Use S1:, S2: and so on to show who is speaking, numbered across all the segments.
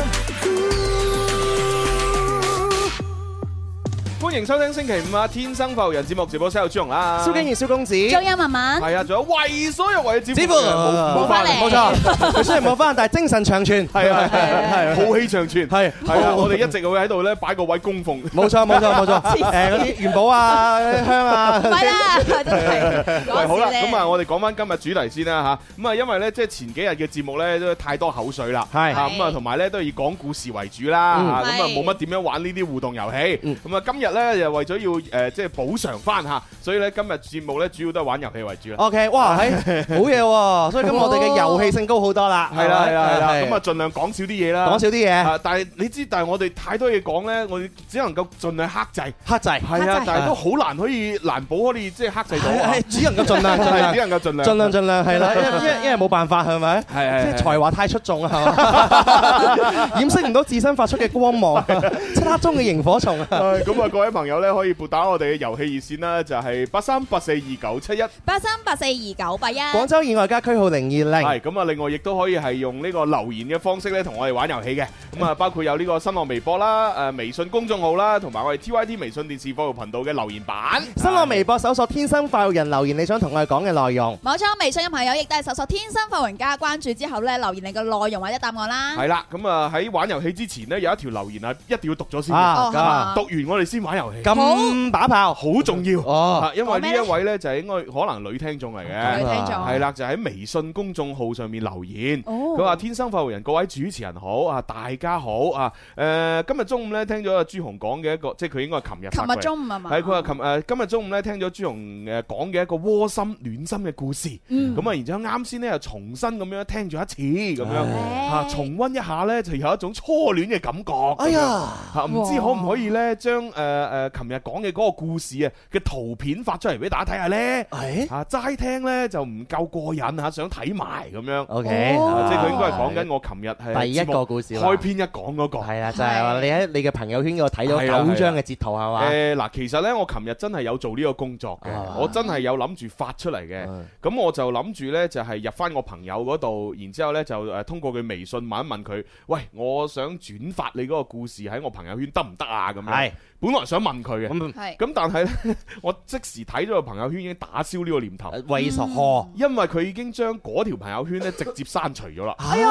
S1: 歡迎收聽星期五啊！天生浮人節目直播室有朱容啦，
S2: 蕭敬仁、蕭公子，
S3: 仲有文文，
S1: 係啊，仲有為所欲為嘅節目，
S2: 子父
S1: 冇冇翻嚟，
S2: 冇
S3: 冇
S2: 錯，佢雖然冇翻，但係精神長存，
S1: 係啊係啊
S2: 係啊
S1: 好氣長存，
S2: 係
S1: 係啊，我哋一直會喺度咧擺個位供奉。
S2: 冇錯冇錯冇錯，誒嗰啲元寶啊、香啊
S3: 唔，係啦，真係
S1: 喂，好啦，咁啊，
S3: 啊，
S1: 我哋講翻今日主題先啦吓，咁啊，因為咧，即係前幾日嘅節目咧，都太多口水啦，
S2: 係
S1: 啊咁啊，
S3: 係
S1: 同埋咧都以講故事為主啦，啊咁啊，
S3: 係
S1: 冇乜點樣玩呢啲互動遊戲，
S2: 嗯
S1: 咁啊，今日咧又為咗要誒即係補償翻吓，所以咧今日節目咧主要都係玩遊戲為主啦。
S2: OK，哇， 係好嘢喎！所以今日我哋嘅遊戲性高好多啦，
S1: 哦係啦係啦係啦，
S2: 係
S1: 咁啊，盡量講少啲嘢啦。
S2: 講少啲嘢，
S1: 啊！但係你知，但係我哋太多嘢講咧，我哋只能夠盡量克制。
S2: 黑仔
S1: 係啊，但係
S2: 係
S1: 都好難可以難保可以即係克制到啊
S2: 係，只能夠 盡量盡
S1: 係
S2: 量
S1: 只能夠盡量
S2: 盡量盡量係啦，因為因為因為冇辦法係咪？
S1: 係係
S2: 即
S1: 係
S2: 係才華太出眾啊，係 嘛？掩飾唔到自身發出嘅光芒， 漆黑中嘅螢火蟲啊！
S1: 唉咁啊，各位朋友咧可以撥打我哋嘅遊戲熱線啦，就係八三八四二九七一。
S3: 八三八四二九八一，
S2: 廣州以外家區號零二零。
S1: 係咁啊，另外亦都可以係用呢個留言嘅方式咧，同我哋玩遊戲嘅。咁啊，包括有呢個新浪微博啦、誒微信公眾號啦，同埋我哋 T Y T 微信電視服務頻道嘅留言版。
S2: 新浪微博搜索天生快活人留言，你想同我哋講嘅內容。
S3: 冇錯，微信嘅朋友亦都係搜索天生發云加關注之後咧，留言你嘅內容或者答案啦。
S1: 係啦，咁啊喺玩遊戲之前呢，有一條留言啊，一定要讀咗先嘅。
S2: 啊
S3: 哦，係嘛
S1: 讀完我哋先玩遊戲。
S2: 咁把炮
S1: 啊好重要
S2: 哦，
S1: 啊，因為呢
S3: 講咩呢哦
S1: 一位咧就係應該可能女聽眾嚟
S3: 女
S1: 嘅，
S3: 聽眾
S1: 啊係啦，就喺微信公眾號上面留言。
S3: 哦
S1: 佢話：天生發育人，各位主持人好啊，大家好啊！誒、今日中午咧聽咗阿朱紅講嘅一個，即係佢應該係琴日發
S3: 琴
S1: 過嚟。
S3: 日中午啊係嘛？
S1: 係佢話琴誒今日中午咧聽咗朱紅誒講嘅一個窩心暖心嘅故事，
S3: 嗯
S1: 咁啊然之後啱先咧又重新咁樣聽咗一次咁樣
S3: 唉
S1: 嚇，重温一下咧就有一種初戀嘅感覺。
S2: 哎
S1: 咁樣
S2: 呀，
S1: 嚇唔知可唔可以咧將誒誒琴日講嘅嗰個故事啊嘅圖片發出嚟俾大家睇下咧？
S2: 誒
S1: 嚇齋聽咧就唔夠過癮啊嚇，想睇埋咁樣。
S2: ，OK，
S1: 啊
S3: 哦
S1: 即係佢應該係講緊我琴日係
S2: 第一個故事啦
S1: 開篇一講嗰個。
S2: 係啦，就係話你喺你嘅朋友圈嗰度睇
S1: 哦係啦
S2: 到九張嘅截圖係嘛？
S1: 誒嗱，其實咧，我琴日真係有做呢個工作
S2: 啊
S1: 嘅，我真係有諗住發出嚟嘅。
S2: 嗯
S1: 咁我就諗住呢，就係入翻我朋友嗰度，然之後咧就誒通過佢微信問一問佢，喂，我想轉發你嗰個故事喺我朋友圈得唔得啊？咁樣
S2: 係，
S1: 本來想問佢嘅，
S2: 咁
S3: 係
S1: 咁但係呢，我即時睇咗個朋友圈已經打消呢個念頭，
S2: 誒嗯為何？
S1: 因為佢已經將嗰條朋友圈呢直接刪除咗啦。
S2: 哎呀，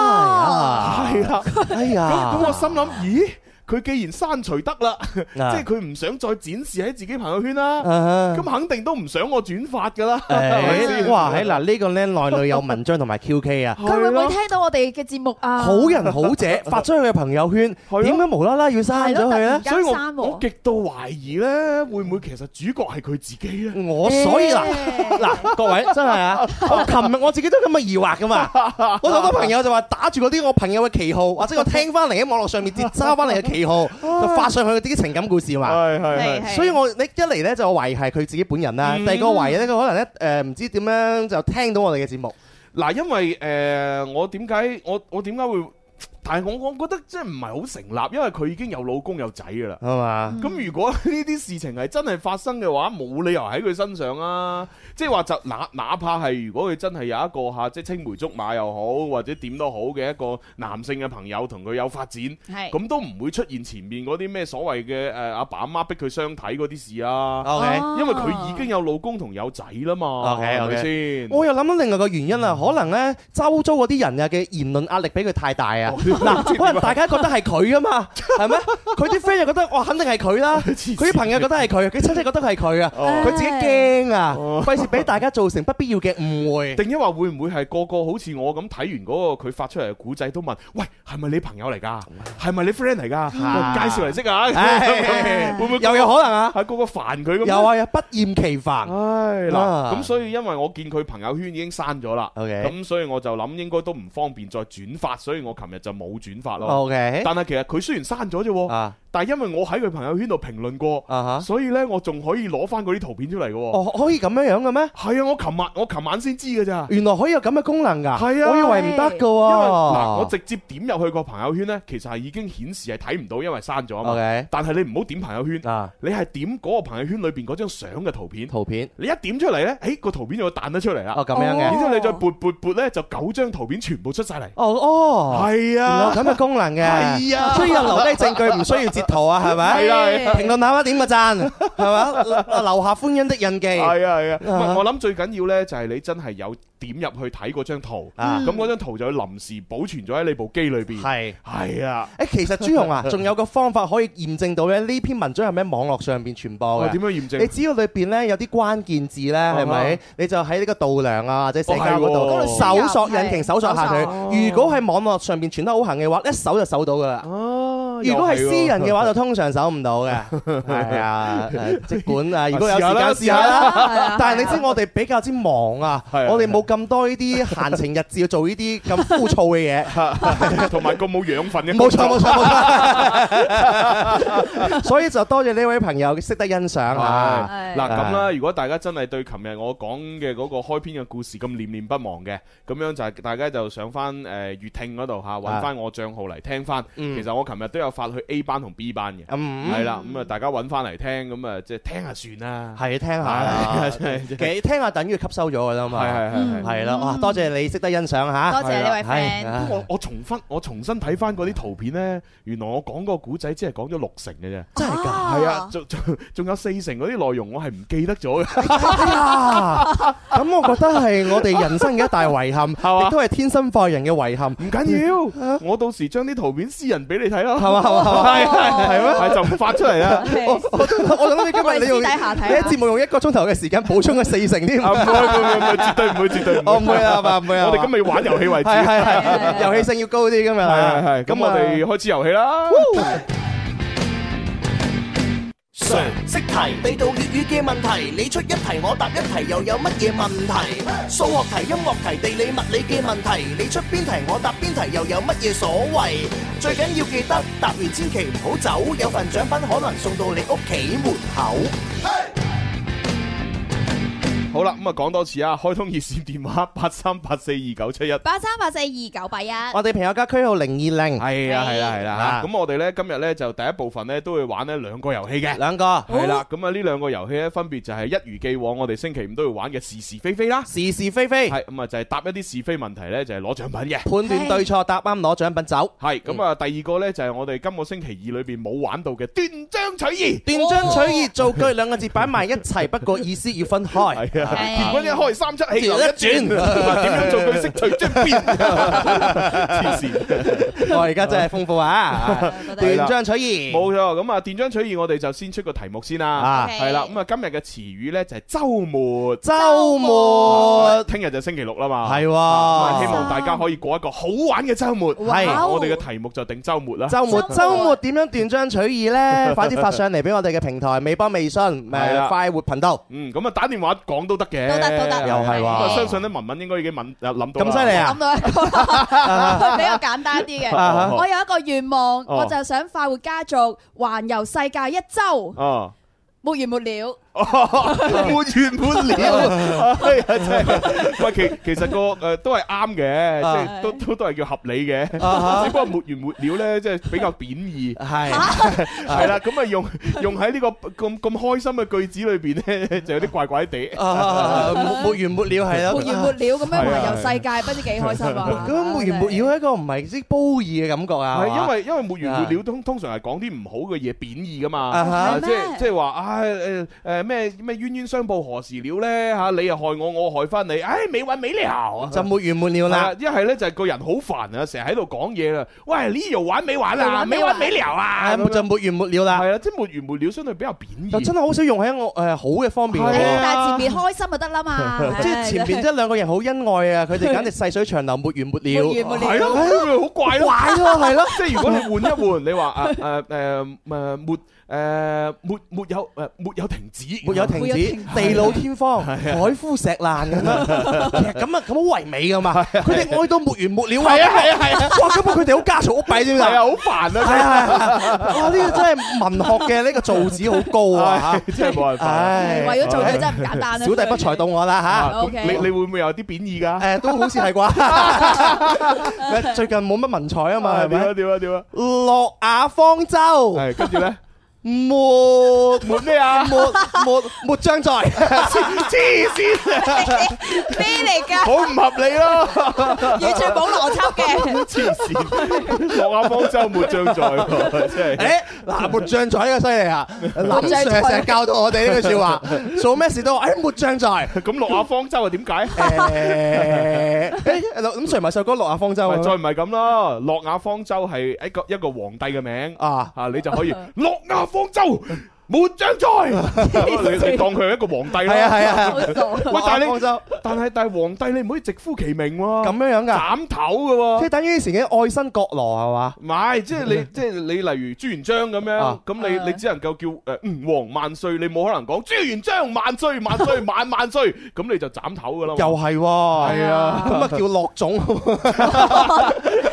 S1: 嗯係啦，
S2: 哎
S1: 咁
S2: 呀，
S1: 咁我心諗，咦，佢既然刪除得啦，即
S2: 啊
S1: 係佢唔想再展示喺自己朋友圈啦。
S2: 啊
S1: 咁肯定都唔想我轉發㗎啦，係咪
S2: 誒
S1: 先
S2: 哇！喺嗱呢個咧內裏有文章同埋 QK 啊，
S3: 佢會唔會聽到我哋嘅節目啊？
S2: 好人好者發咗佢嘅朋友圈，
S1: 係咯
S2: 點解無啦啦要刪
S3: 係
S2: 咗
S3: 咯，突
S2: 佢咧
S3: 然？
S1: 所以
S3: 間
S1: 我
S3: 刪
S1: 我
S3: 喎。
S1: 極度懷疑呢，會唔會其實主角係佢自己呢？
S2: 我所以嗱
S3: 誒
S2: 嗱，各位真係啊！我琴日我自己都咁嘅疑惑噶嘛，我好多朋友就話打住嗰啲我朋友嘅旗號，或者我聽翻嚟喺網絡上面截揸翻嚟嘅旗號，就發上去嗰啲情感故事嘛。
S1: 係係
S3: 係啊係
S2: 所以我你一嚟咧就我懷疑係佢自己本人啦，
S1: 嗯
S2: 第二個懷疑咧佢可能咧誒唔知點樣就聽到我哋嘅節目，
S1: 嗱，因為誒我點解我我點解會？但係我我覺得即係唔係好成立，因為佢已經有老公有仔㗎啦。
S2: 係嘛？
S3: 嗯
S1: 咁如果呢 啲事情係真係發生嘅話，冇理由喺佢身上啊！即係話就哪哪怕係如果佢真係有一個嚇即係青梅竹馬又好，或者點都好嘅一個男性嘅朋友同佢有發展，
S3: 係
S1: 咁都唔會出現前面嗰啲咩所謂嘅誒阿爸阿媽逼佢相睇嗰啲事啊，
S3: 哦
S2: OK。
S1: 因為佢已經有老公同有仔啦嘛，係
S2: OK，OK 哦
S1: 咪先？哦
S2: 我又諗到另外個原因啦，可能咧周遭嗰啲人啊嘅言論壓力俾佢太大啊，嗱，可能大家覺得係佢噶嘛，係咩？佢啲 friend 又覺得哇，肯定係佢啦，佢啲朋友覺得係佢，佢親戚覺得係佢啊，
S1: 哦
S2: 佢自己驚啊
S1: 哦，
S2: 費事俾大家造成不必要嘅誤會。
S1: 定一話會唔會係個個好似我咁睇完嗰個佢發出嚟嘅古仔都問：喂，係咪你朋友嚟㗎？係咪你 friend 嚟㗎？
S2: 啊
S1: 喂介紹嚟識啊！
S2: 唉
S1: 會唔會
S2: 又有可能啊？
S1: 係個個煩佢咁？
S2: 有啊，有不厭其煩。
S1: 唉，
S2: 啊
S1: 嗱，咁所以因為我見佢朋友圈已經刪咗啦，
S2: OK
S1: 咁所以我就諗應該都唔方便再轉發，所以我琴日就冇轉發咯。
S2: O K
S1: 但係其實佢雖然刪咗啫喎，
S2: 啊
S1: 但係因為我喺佢朋友圈度評論過，
S2: 啊吓，
S1: 所以呢，我仲可以攞翻嗰啲圖片出嚟嘅喎。
S2: 哦可以咁樣樣嘅咩？
S1: 係啊，我琴晚我琴晚先知嘅咋。
S2: 原來可以有咁嘅功能㗎。
S1: 係啊
S2: 我以為唔得㗎
S1: 因
S2: 喎。
S1: 為嗱，我直接點入去個朋友圈呢，其實係已經顯示係睇唔到，因為刪咗啊嘛。
S2: OK
S1: 但係你唔好點朋友圈，
S2: 啊
S1: 你係點嗰個朋友圈裏邊嗰張相嘅圖片。
S2: 圖片
S1: 你一點出嚟呢，誒個圖片就會彈得出嚟啦。
S2: 哦咁樣嘅
S1: 然。之後你再撥撥撥咧，就九張圖片全部出晒嚟。
S2: 哦哦，
S1: 係
S2: 原來有
S1: 啊，
S2: 咁嘅功能嘅。
S1: 係啊
S2: 所以有留低證據，唔需要截圖啊，係咪？
S1: 係啦係
S2: 評論下啦，點個讚，係嘛？留下歡欣的印記。
S1: 係啊係啊，唔
S2: 啊
S1: 係我諗最緊要呢，就係你真係有點入去睇嗰張圖，
S2: 啊
S1: 咁嗰張圖就會臨時保存咗喺你部機裏邊。
S2: 係。
S1: 係啊，
S2: 誒，其實朱紅 啊，仲有個方法可以驗證到咧，呢篇文章係咪喺網絡上邊傳播
S1: 我
S2: 嘅
S1: 點？樣驗
S2: 你
S1: 證？
S2: 只要裏邊咧有啲關鍵字咧，係
S1: 啊
S2: 咪
S1: 哈？
S2: 你就喺呢個度量啊或者社交嗰
S1: 哦
S2: 度
S3: 係喎
S2: 搜索引擎搜索下佢。如果喺網絡上邊傳得好行嘅話，一搜就搜到噶啦。
S1: 哦
S2: 如果係私人嘅
S1: 話，
S2: 話，就通常搜唔到 嘅。係啊，誒即管啊，如果有時
S1: 試下
S2: 間
S1: 啦
S2: 試下
S3: 係啊係啊
S2: 啦。但係你知我哋比較之忙 啊，
S1: 係啊
S2: 我哋冇咁多呢啲閒情逸致要做呢啲咁枯燥嘅嘢。
S1: 同埋咁冇養分 嘅，
S2: 冇錯冇。錯冇錯， 所以就多謝呢位朋友識得欣賞
S1: 係
S2: 啊！
S3: 係
S1: 嗱咁啦，如果大家真係對琴日我講嘅嗰個開篇嘅故事咁念念不忘嘅，咁樣就係大家就上翻誒粵聽嗰度嚇，揾翻我帳號嚟聽翻。
S2: 啊嗯
S1: 其實我琴日都有發去 A 班同 B 班嘅，
S2: 嗯，
S1: 係啦，咁啊大家揾翻嚟聽，咁啊即係聽下算啦。
S2: 係聽下
S1: 係 啊
S2: 啦，
S1: 真係
S2: 其實聽下等於吸收咗㗎啦嘛。
S1: 係係係
S3: 嗯
S1: 係。
S2: 係啦，哇！多謝你識得欣賞嚇，
S3: 多謝呢位
S2: 係啦
S3: friend
S2: 係
S1: 我我重翻我重新睇翻嗰啲圖片呢，原來我講個古仔只係講咗六成嘅啫，
S2: 真係㗎，
S3: 哦
S1: 係啊，仲仲仲有四成嗰啲內容我係唔記得咗 嘅。
S2: 哎呀咁我覺得係我哋人生嘅一大 遺憾，
S1: 嘛
S2: 亦都係天生快人嘅遺憾。
S1: 唔緊要，我到時將啲圖片私人俾你睇咯，
S2: 係嘛係嘛
S1: 啊係係
S3: 係咩
S1: 係就唔發出嚟啦。
S3: 哦，
S2: 我我諗你今日你用
S3: 我哋私底下睇
S2: 你喺節目用一個鐘頭嘅時間補充咗四 成添
S1: 啊，，唔會唔會唔會，絕對唔會，絕對唔
S2: 我
S1: 會。
S2: 唔會啦，係嘛唔會啦。
S1: 我哋今日玩遊戲為止。
S2: 係
S1: 係
S2: 係係，遊戲性要高啲今日。
S1: 係係，咁啊我哋開始遊戲啦。
S4: 常識題，地道粵語嘅問題，你出一題我答一題，又有乜嘢問題？數學題、音樂題、地理、物理嘅問題，你出邊題我答邊題，又有乜嘢所謂？最緊要記得答完千祈唔好走，有份獎品可能送到你屋企門口。
S1: 好啦，咁啊講多次啊，開通熱線電話八三八四二九七一。
S3: 八三八四二九八一，
S2: 我哋朋友家區號零二零，
S1: 係啊係啦係啦
S2: 啊
S1: 嚇，咁我哋咧今日咧就第一部分咧都會玩呢兩個遊戲嘅。
S2: 兩個
S1: 係啦，咁啊呢兩個遊戲咧分別就係一如既往，我哋星期五都要玩嘅是是非非啦。
S2: 是是非非，
S1: 係咁啊，就係答一啲是非問題咧，就係攞獎品嘅。
S2: 判斷對錯，答啱攞獎品走。
S1: 係咁啊，第二個咧就係我哋今個星期二裏邊冇玩到嘅斷章取義。
S2: 斷章取義造句兩個字擺埋一齊，不過意思要分 開。
S1: 係啊，
S3: 係
S1: 乾一開三七氣流一轉，啊
S2: 轉一轉
S1: 點樣做句式隨即變？黐線，
S2: 我而家真係豐富啊！
S3: 我覺
S2: 斷
S3: 得
S2: 章取義，
S1: 冇錯。咁啊，斷章取義，我哋就先出個題目先啦。
S2: 啊
S3: OK
S1: 係啦，咁啊，今日嘅詞語咧就係週末，啊
S2: 週末
S1: 聽日就星期六啦嘛。
S2: 係
S1: 咁啊希
S2: 喎，
S1: 望大家可以過一個好玩嘅週末。
S2: 係
S3: 哇
S1: 我哋嘅題目就定週末啦。
S2: 週末
S3: 週末
S2: 週末點樣斷章取義 呢？快啲發上嚟俾我哋嘅平台，微博、微信，
S1: 係啦
S2: 誒快活頻道。
S1: 嗯，咁啊，打電話講都得嘅，
S3: 都得都得
S2: 又係喎
S1: 咁啊相信咧，文文應該已經問諗到啦
S2: 咁犀利 啊
S3: 諗到一個啦比較簡單啲嘅。
S2: 啊
S3: 我有一個願望，
S1: 哦
S3: 我就想快活家族環遊世界一周，
S1: 啊！
S3: 沒完沒了。
S1: 沒完沒了，係啊， 真係。喂，其其實個誒都係啱嘅，
S2: 啊
S1: 即係都都都係叫合理嘅。
S2: 啊
S1: 只不過沒完沒了咧，即係比較貶義。
S2: 係
S1: 係啦，咁啊用用喺呢個咁咁開心嘅句子裏邊咧，就有啲怪怪地。
S2: 啊沒沒完沒了係啦。
S3: 沒完沒了咁樣環遊世界，不知幾開心啊！
S2: 咁沒完沒了係一個唔係即係褒義嘅感覺啊，
S1: 係
S2: 嘛
S1: 因為因為沒完沒了通通常係講啲唔好嘅嘢貶義噶嘛。
S2: 啊哈
S1: 啊
S3: 係
S1: 即
S3: 咩
S1: 係即係話，唉誒誒誒咩咩冤冤相報何時了咧嚇？你又害我，我害翻你，唉，美運美利啊！
S2: 就沒完沒了
S1: 係啊
S2: 啦。
S1: 一係咧就係個人好煩啊，成日喺度講嘢啦。喂，呢度玩未玩啊？
S3: 未
S1: 未
S3: 玩
S1: 玩
S3: 未
S1: 未聊啊？
S2: 係就沒完沒了啦，
S1: 係啊，即係沒完沒了，相對比較貶
S2: 就
S1: 義。
S2: 真係好少用喺我誒好嘅方面喎。
S1: 係啊
S3: 但係前面開心就得啦嘛，
S2: 即係前邊即係兩個人好恩愛啊，佢哋簡直細水長流，沒完沒了。
S3: 沒完沒
S1: 係
S3: 了
S1: 咯，咁咪好怪咯。
S2: 怪咯，係咯。
S1: 即係如果你換一換，你話啊誒誒誒沒誒沒沒有誒沒有停止，
S2: 沒有停止，地老天荒，海枯石爛 咁樣。其實咁啊，咁好唯美噶嘛。佢哋愛到沒完沒了啊！
S1: 係啊係啊係啊，
S2: 哇！咁啊，佢哋好家嘈屋閉添
S1: 係啊，
S2: 啊！
S1: 好煩
S2: 係
S1: 啊！
S2: 啊！係啊哇！呢個真係文學嘅呢個造詣好高啊！
S1: 真係真係冇辦法。
S2: 唉，
S3: 為咗做嘢真係唔簡單啊！
S2: 小弟不才到我啦
S1: 啊
S2: 嚇。
S1: 咁
S3: OK
S1: 你你會唔會有啲貶義㗎？
S2: 誒都好似 係啩，最近冇乜文采啊嘛，係
S1: 點
S2: 咪
S1: 啊？點啊點啊！
S2: 落雅方舟，
S1: 係跟住咧，
S2: 沒
S1: 沒咩啊？
S2: 沒沒沒將在，
S1: 黐線啊！
S3: 咩嚟㗎？
S1: 好唔合理咯！
S3: 完全冇邏輯 嘅。
S1: 黐線，落下方舟沒將在喎，真係。
S2: 誒嗱沒將在呢個犀利啊，林 Sir 成日教到我哋呢句 説話，做咩事都話誒沒將在。
S1: 咁落下方舟啊？點解？
S2: 誒，誒林 Sir 咪首歌《落雅方舟
S1: 咪》再
S2: 啊
S1: 唔係咁咯，落雅方舟係一個一個皇帝嘅名
S2: 啊，
S1: 啊，你就可以落雅方舟沒將在，咁你你當佢係一個皇帝
S2: 係啊
S1: 啦。
S2: 係 啊，
S3: 好傻，
S1: 喂，
S2: 落
S1: 但
S2: 雅
S1: 係
S2: 方
S1: 你
S2: 舟
S1: 但係但係皇帝你唔可以直呼其名喎，
S2: 咁樣樣㗎，
S1: 斬頭
S2: 即
S1: 嘅喎
S2: 係。等於以前嘅愛新覺羅係嘛？
S1: 唔係，即係你，即係你，例如朱元璋咁樣
S2: 啊，
S1: 咁你
S3: 啊
S1: 你只能夠叫誒吾皇萬歲，你冇可能講朱元璋萬歲萬歲萬萬歲，咁你就斬頭噶啦嘛。
S2: 又係喎，
S1: 係啊
S2: 咁啊叫落種。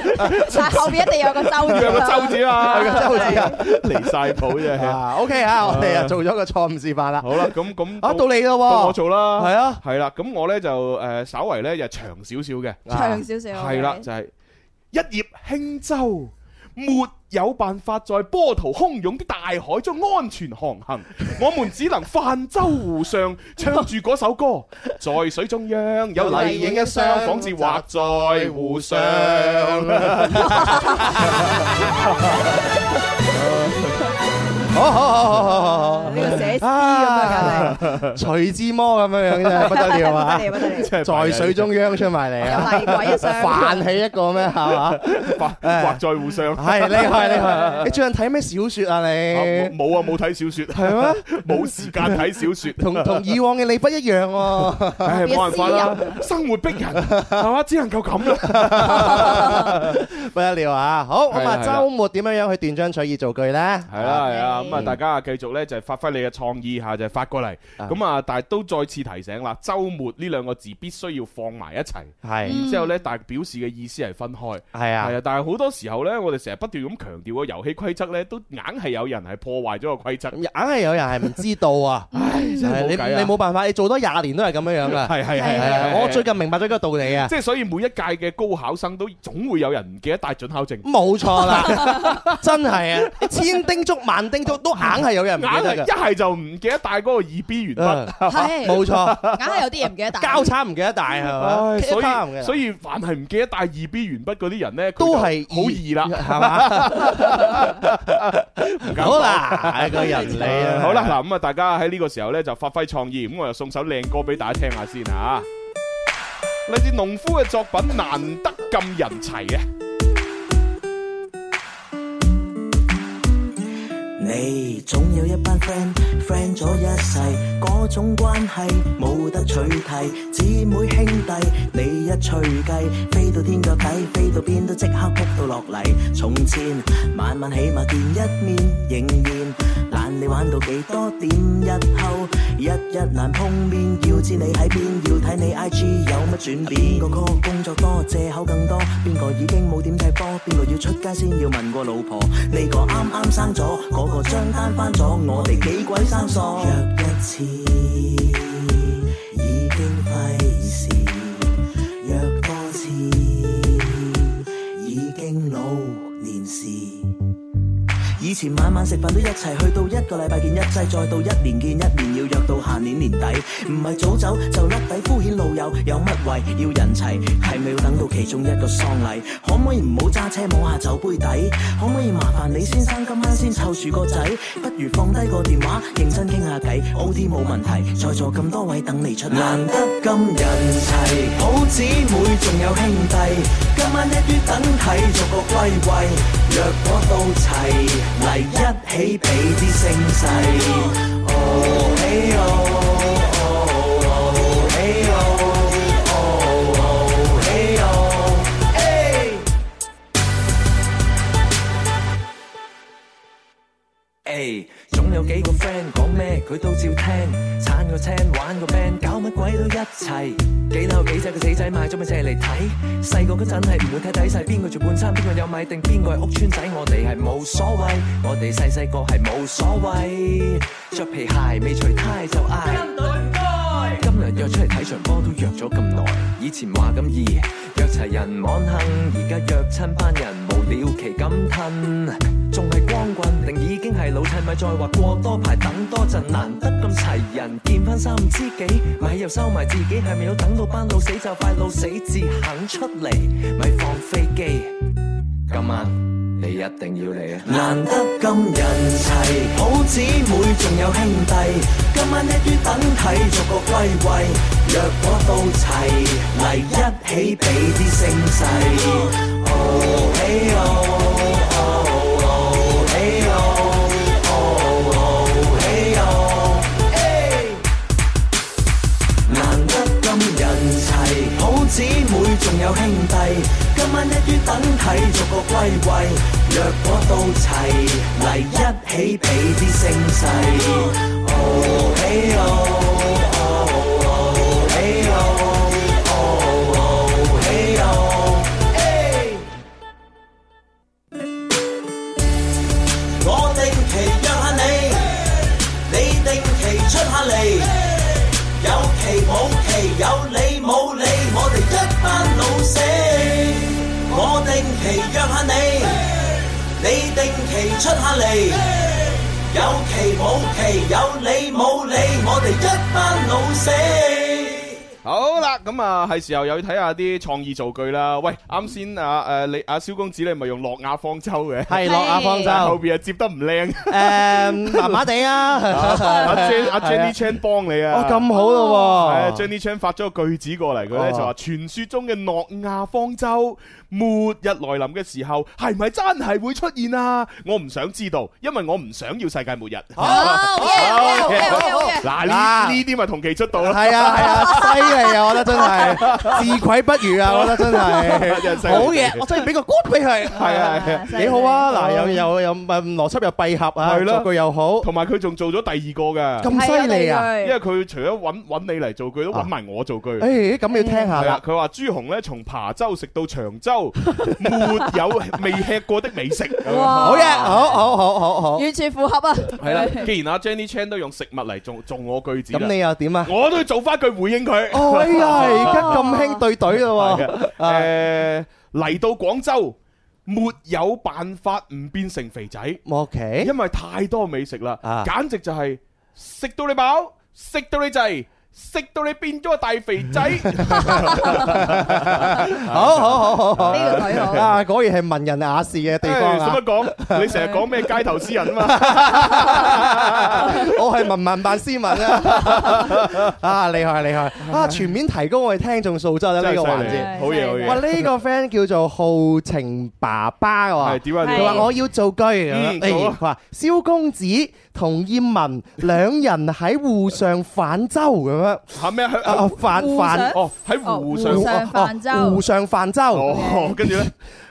S3: 但係後面一定有個周字
S1: 有個
S3: 啦
S1: 周子啊，
S2: 係個周子啊，
S1: 離晒譜啫。
S2: 啊，OK 啊，我哋啊做咗個錯誤示範啦。
S1: 好啦，咁咁
S2: 啊，到你咯
S1: 到我
S2: 喎，
S1: 做啦。
S2: 係啊，
S1: 係啦，咁我咧就誒稍為咧就長少少嘅，
S3: 長少少。
S1: 係啦，就係一葉輕舟，沒有辦法在波濤洶湧的大海中安全航行，我們只能泛舟湖上，唱住嗰首歌，在水中央有麗影一雙，仿似畫在湖上。
S2: 好好好好好好好。
S3: 呢個寫詩咁啊，
S2: 徐志摩咁樣樣真係不得了啊
S3: 簡！直不得了不得了，
S1: 真係
S2: 在水 中央出埋嚟啊！
S3: 有泥鬼一雙。
S2: 泛起一個咩係嘛？
S1: 畫畫在湖上。
S2: 係厲害厲害！你最近睇咩小説啊
S1: 啊
S2: 你？
S1: 冇冇啊，冇睇小說，
S2: 係咩？
S1: 冇時間睇小說。
S2: 同同以往嘅你不一樣喎。
S1: 唉，
S3: 別
S1: 冇辦法啦
S3: 私，
S1: 生活逼人，係嘛，只能夠咁啦。
S2: 不得了啊！好咁
S1: 係啦
S2: 啊，
S1: 係啦
S2: 週末點樣樣去斷章取義造句咧？
S1: 係啦，係啦，咁啊，
S3: 嗯
S1: 大家啊繼續咧就係發揮你嘅創意嚇，就係發過嚟。咁啊，但係都再次提醒啦，週末呢兩個字必須要放埋一齊。
S2: 係
S1: 然之後咧，但係表示嘅意思係分開。
S2: 係嗯啊
S1: 係！啊，但係好多時候咧，我哋成日不斷咁強調個遊戲規則咧，都硬係有人係破壞咗個規則。
S2: 硬係有人係唔知道啊！
S1: 真係
S2: 係你
S1: 冇計啊
S2: 你冇辦法，你做多廿年都係咁樣樣噶。
S1: 係係係
S2: 係
S1: 係
S2: 啊
S1: 係
S2: 我最近明白咗一個道理 啊！
S1: 即係所以每一屆嘅高考生都總會有人唔記得帶準考證。
S2: 冇錯啦，真係啊！千叮囑萬叮囑都硬係有人唔
S1: 硬
S2: 記
S1: 係
S2: 得啊
S1: 一係就唔記得帶嗰個二 B 鉛筆，
S2: 㗎，
S3: 係
S2: 冇錯，
S3: 硬係有啲嘢唔記得帶。
S2: 交叉唔記得帶係嘛
S1: 唉，所
S2: 交叉唔記
S1: 以
S2: 得
S1: 所以凡係唔記得帶二 B 鉛筆嗰啲人咧，佢
S2: 都
S1: 就
S2: 係
S1: 好易啦。
S2: 係嘛？好啦，個人理啊，
S1: 好啦，，嗱咁啊，大家喺呢個時候咧就發揮創意，咁我又送首靚歌俾大家聽下先吓。嚟自農夫嘅作品《難得咁人齊》啊，
S5: 你總有一班 friend，friend 咗一世，嗰種關係冇得取替。姊妹兄弟，你一吹雞，飛到天腳底，飛到邊都即刻撲到落嚟。從前晚晚起碼見一面，仍然懶你玩到幾多點？日後日日難碰面，要知你喺邊，要睇你 IG 有乜轉變。邊個 call 工作多，借口更多，邊個已經冇點睇波，邊個要出街先要問個老婆。呢個啱啱生咗，嗰個張單翻咗，我哋幾鬼生疏。約一次已經費事，約多次已經老年事。以前前晚晚食飯都一齊，去到一個禮拜見一劑，再到一年見一年，要約到下年年底。唔係早走就甩底，敷衍老友，有乜謂要人齊？係咪要等到其中一個喪禮？可唔可以唔好揸車摸下酒杯底？可唔可以麻煩李先生今晚先湊住個仔？不如放低個電話，認真傾下偈，OT 冇問題，在座咁多位等你出嚟。難得咁人齊，好姊妹仲有兄弟，今晚一於等睇，逐個歸位。若果到齊，嚟一起俾啲聲勢。哦嘿哦哦嘿哦哦嘿哦嘿 Ê, 總有幾個 friend 講咩佢都照聽，撐個 chain 玩個 band，搞乜鬼都一齊。幾樓幾仔個死仔買咗咪借嚟睇，細個嗰陣係唔會睇底細，邊個住半山，邊個有米定邊個係屋村仔，我哋係冇所謂，我哋細細個係冇所謂，着皮鞋未除呔就嗌。今日約出嚟睇場波都約咗咁耐，以前話咁易約齊人網幸，而家約親班人無了期咁褪，仲係光棍定已經係老襯，咪再話過多排等多陣，難得咁齊人見翻三五知己，咪又收埋自己，係咪要等到班老死就快老死至肯出嚟，咪放飛機。今晚你一定要嚟啊！難得咁人齊，好姊妹仲有兄弟，今晚一於等睇，逐個歸位。若果到齊，嚟一起俾啲聲勢。哦嘿哦，哦哦嘿哦，哦哦嘿哦，嘿。難得咁人齊，好姊妹仲有兄弟，今晚一於等睇，逐個歸位。若果到齊，嚟一起俾啲聲勢。哦嘿哦，哦嘿哦，哦嘿哦，嘿。我定期約下你，你定期出下嚟。有期冇期，有理冇理，我哋一班老死。我定期約下你，你定期出下嚟。有期冇期，有理冇理，我哋一班老死。
S1: 好啦，咁啊，係時候又要睇下啲創意造句啦。喂，啱先啊誒，你阿蕭公子你咪用諾亞方舟嘅，
S2: 係落亞方
S1: 但係後
S2: 舟，
S1: 邊啊接得唔靚，
S2: 誒麻麻地啊，
S1: 阿 Jen 阿
S2: 係啊
S1: Jenny Chan 幫你
S2: 哦
S1: 啊。
S2: 咁好咯
S1: 係啊
S2: 喎，
S1: Jenny Chan 發咗個句子過嚟，佢咧
S2: 哦
S1: 就話：傳説中嘅諾亞方舟末日來臨嘅時候，係咪真係會出現啊？我唔想知道，因為我唔想要世界末日。
S2: 哦
S3: 好嘢，好嘢，好嘢，好嘢。
S1: 嗱，呢
S2: 嗱
S1: 呢啲咪同期出道啦。
S2: 係啊係啊，犀利啊！我覺得真係自愧不如啊！我覺得真
S1: 真係犀
S2: 係
S1: 利
S2: 好嘢，我真係俾個 good 俾佢，
S1: 係啊係啊，
S2: 幾好啊！嗱，又又又誒邏輯又閉合啊，
S1: 係咯
S2: 作句又好，
S1: 同埋佢仲做咗第二個㗎，
S2: 咁啊犀利啊！
S1: 因為佢除咗揾揾你嚟造句，都揾埋我造句。
S2: 誒咁要聽下
S1: 係啦
S2: 啦，，
S1: 佢話朱紅咧從琶洲食到 長洲，沒有未吃過的美食。
S3: 哇
S2: 好嘢，好好好好好。
S3: 完全符合啊！
S1: 係啦，既然阿 Jenny Chan 都用食物嚟做做我句子啦，
S2: 咁你又點啊？
S1: 我都要做翻句回應佢。
S2: 哦，哎呀，而家咁興對對咯喎，
S1: 係啊誒嚟到廣州，沒有辦法唔變成肥仔，
S2: 莫奇
S1: 因為太多美食啦，
S2: 啊
S1: 簡直就係食到你飽，食到你滯。食到你變咗個大肥 仔，
S2: 好好好好好，
S3: 呢個佢好
S2: 啊，果然係文人雅士嘅地方
S1: 唉
S2: 啊
S1: 使乜！講？你成日講咩街頭詩人啊嘛？
S2: 我係文文扮斯文啊！ 啊，厲害厲害啊！全面提高我哋聽眾素質啊啦呢個環節。
S1: 好嘢好
S2: 哇！
S1: 嘢。
S2: 呢個 friend 叫做浩情爸爸
S1: 係
S2: 喎。
S1: 點啊？
S3: 係
S2: 佢
S1: 點
S2: 話
S1: 啊
S2: 我要做居，
S1: 嗯
S2: 誒
S1: 做啊
S2: 哎佢話蕭公子同葉文兩人喺湖上泛舟咁樣，
S1: 嚇咩？喺
S2: 啊泛
S3: 湖
S2: 泛
S3: 上
S1: 哦喺湖上
S3: 湖上泛舟
S2: 哦湖上泛舟，
S1: 哦，跟住 咧，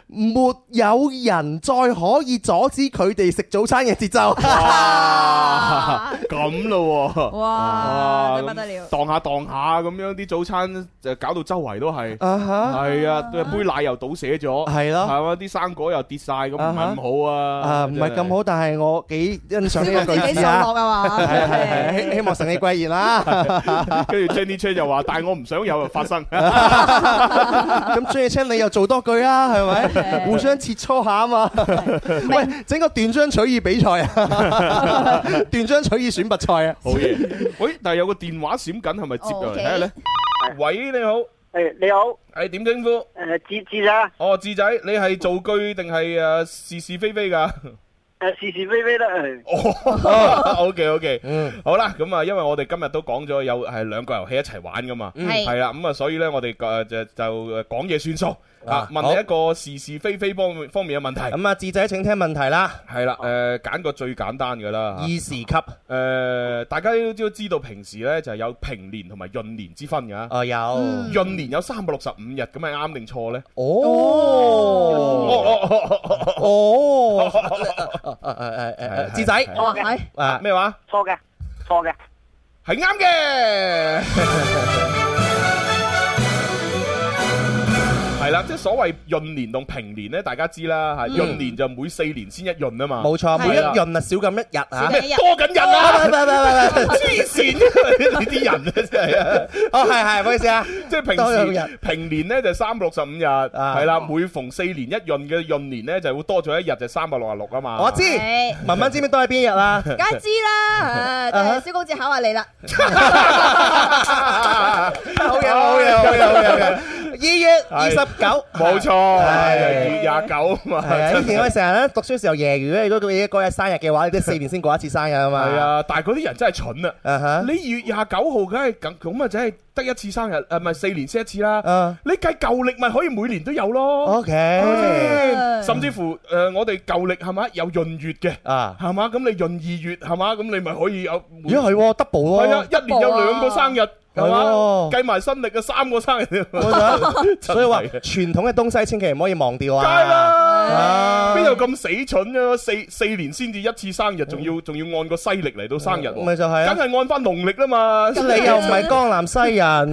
S2: 沒有人再可以阻止佢哋食早餐嘅節奏。
S1: 哇咁咯喎。
S3: 哇，真不得了！
S1: 荡下荡下咁樣啲早餐就搞到周圍都係，
S2: 啊哈，
S1: 係啊，杯奶又倒瀉咗，
S2: 係咯
S1: 係嘛，啲生果又跌晒，咁唔
S2: 啊
S1: 係
S2: 哈
S1: 咁好啊，
S2: 啊唔係咁好，但係我幾欣賞呢
S3: 呢
S2: 個
S3: 個
S2: 句
S3: 自己
S2: 子
S3: 數
S2: 啊
S3: 落。啊嘛，
S2: 係係係，希希望神你貴言啦。
S1: 好。 跟住 Jenny Chan 就話：，但係我唔想有發生。
S2: 咁張嘢青你又做多句啊，係咪？互相切磋下啊嘛。喂，整個斷章取義比賽啊， 斷章取義選拔賽啊。
S1: 好嘢。喂，但係有個電話閃緊，係咪接入嚟睇下咧？喂，你好，
S6: 诶，你好，
S1: 係點稱呼？
S6: 诶，志志啊，
S1: 哦，智仔，你係造句定係诶是是非非㗎？
S6: 诶，是是非非啦，诶，
S1: 哦，OK OK，好啦，咁啊，因為我哋今日都講咗有係兩個遊戲一齊玩噶嘛，
S3: 係
S1: 係啦，咁啊，所以咧我哋誒就就誒講嘢算數啊，問你一個是是非非方面方面嘅問題，
S2: 咁啊，智仔請聽問題啦，
S1: 係啦，誒揀個最簡單嘅啦
S2: 哦二，時級
S1: 誒大家都知道平時咧就係有平年同埋閏年之分㗎，
S2: 啊有
S3: 嗯
S1: 閏年有三百六十五日，咁係啱定錯咧？哦
S2: 哦
S1: 哦哦哦
S2: 哦，誒誒誒智 仔
S6: 錯嘅，
S2: 啊
S1: 哦，咩話？
S6: 錯嘅，錯嘅，
S1: 係啱 嘅。係啦，即係所謂閏年同平年咧，大家知啦嚇。閏年就每四年先一閏啊嘛，
S2: 嗯冇錯，
S3: 係
S2: 每一
S1: 啦
S2: 潤啊少咁一日啊。
S3: 少緊一日
S1: 多緊人
S2: 啊
S1: 啊！
S2: 喂喂喂喂喂
S1: 黐線，呢啲人啊真係啊！
S2: 哦係係，唔好意思啊。
S1: 即
S2: 多
S1: 係平
S2: 兩
S1: 時
S2: 日啊
S1: 平年咧就三百六十五日，係啦，每逢四年一閏嘅閏年咧就會多咗一日就三百六十六啊嘛。
S2: 我知，
S3: 係
S2: 文文知唔知都係邊一日 啦？
S3: 梗係知啦，誒，蕭公子考下你啦，
S2: 好嘢，好嘢，好嘢，好嘢好嘢！二月二十九，
S1: 冇錯，
S2: 係
S1: 月廿九啊嘛。
S2: 係啊，
S1: 真
S2: 以前我哋成日咧讀書嘅時候夜語咧，如果佢嗰日生日嘅話，你都四年先過一次生日啊嘛。
S1: 係，啊，但係嗰啲人真係蠢啊！
S2: 啊哈，
S1: 你二月廿九號梗係咁咁啊，真係得一次生日，啊誒唔係四年先一次啦。
S2: 啊
S1: 你計舊歷咪可以每年都有咯，
S2: ，OK，
S3: 嗯
S1: 甚至乎誒我哋舊歷係嘛有閏月嘅，
S2: 啊，
S1: 係嘛咁你閏二月係嘛咁你咪可以有每，
S2: 如果係喎 double 咯，
S1: 係啊一年有兩個生日係嘛，
S2: 係喎
S1: 計埋新歷嘅三個生日，
S2: 我想，
S1: 真係
S2: 所以話傳統嘅東西千祈唔可以忘掉啊。
S1: 梗係啦。
S2: 啊，
S1: 邊有咁死蠢啊？四四年先至一次生日，仲要仲要按個西歷嚟到生日喎，
S2: 嗯咪就係啊
S1: 梗係按翻農曆啦嘛。
S2: 咁你又唔係江南西人。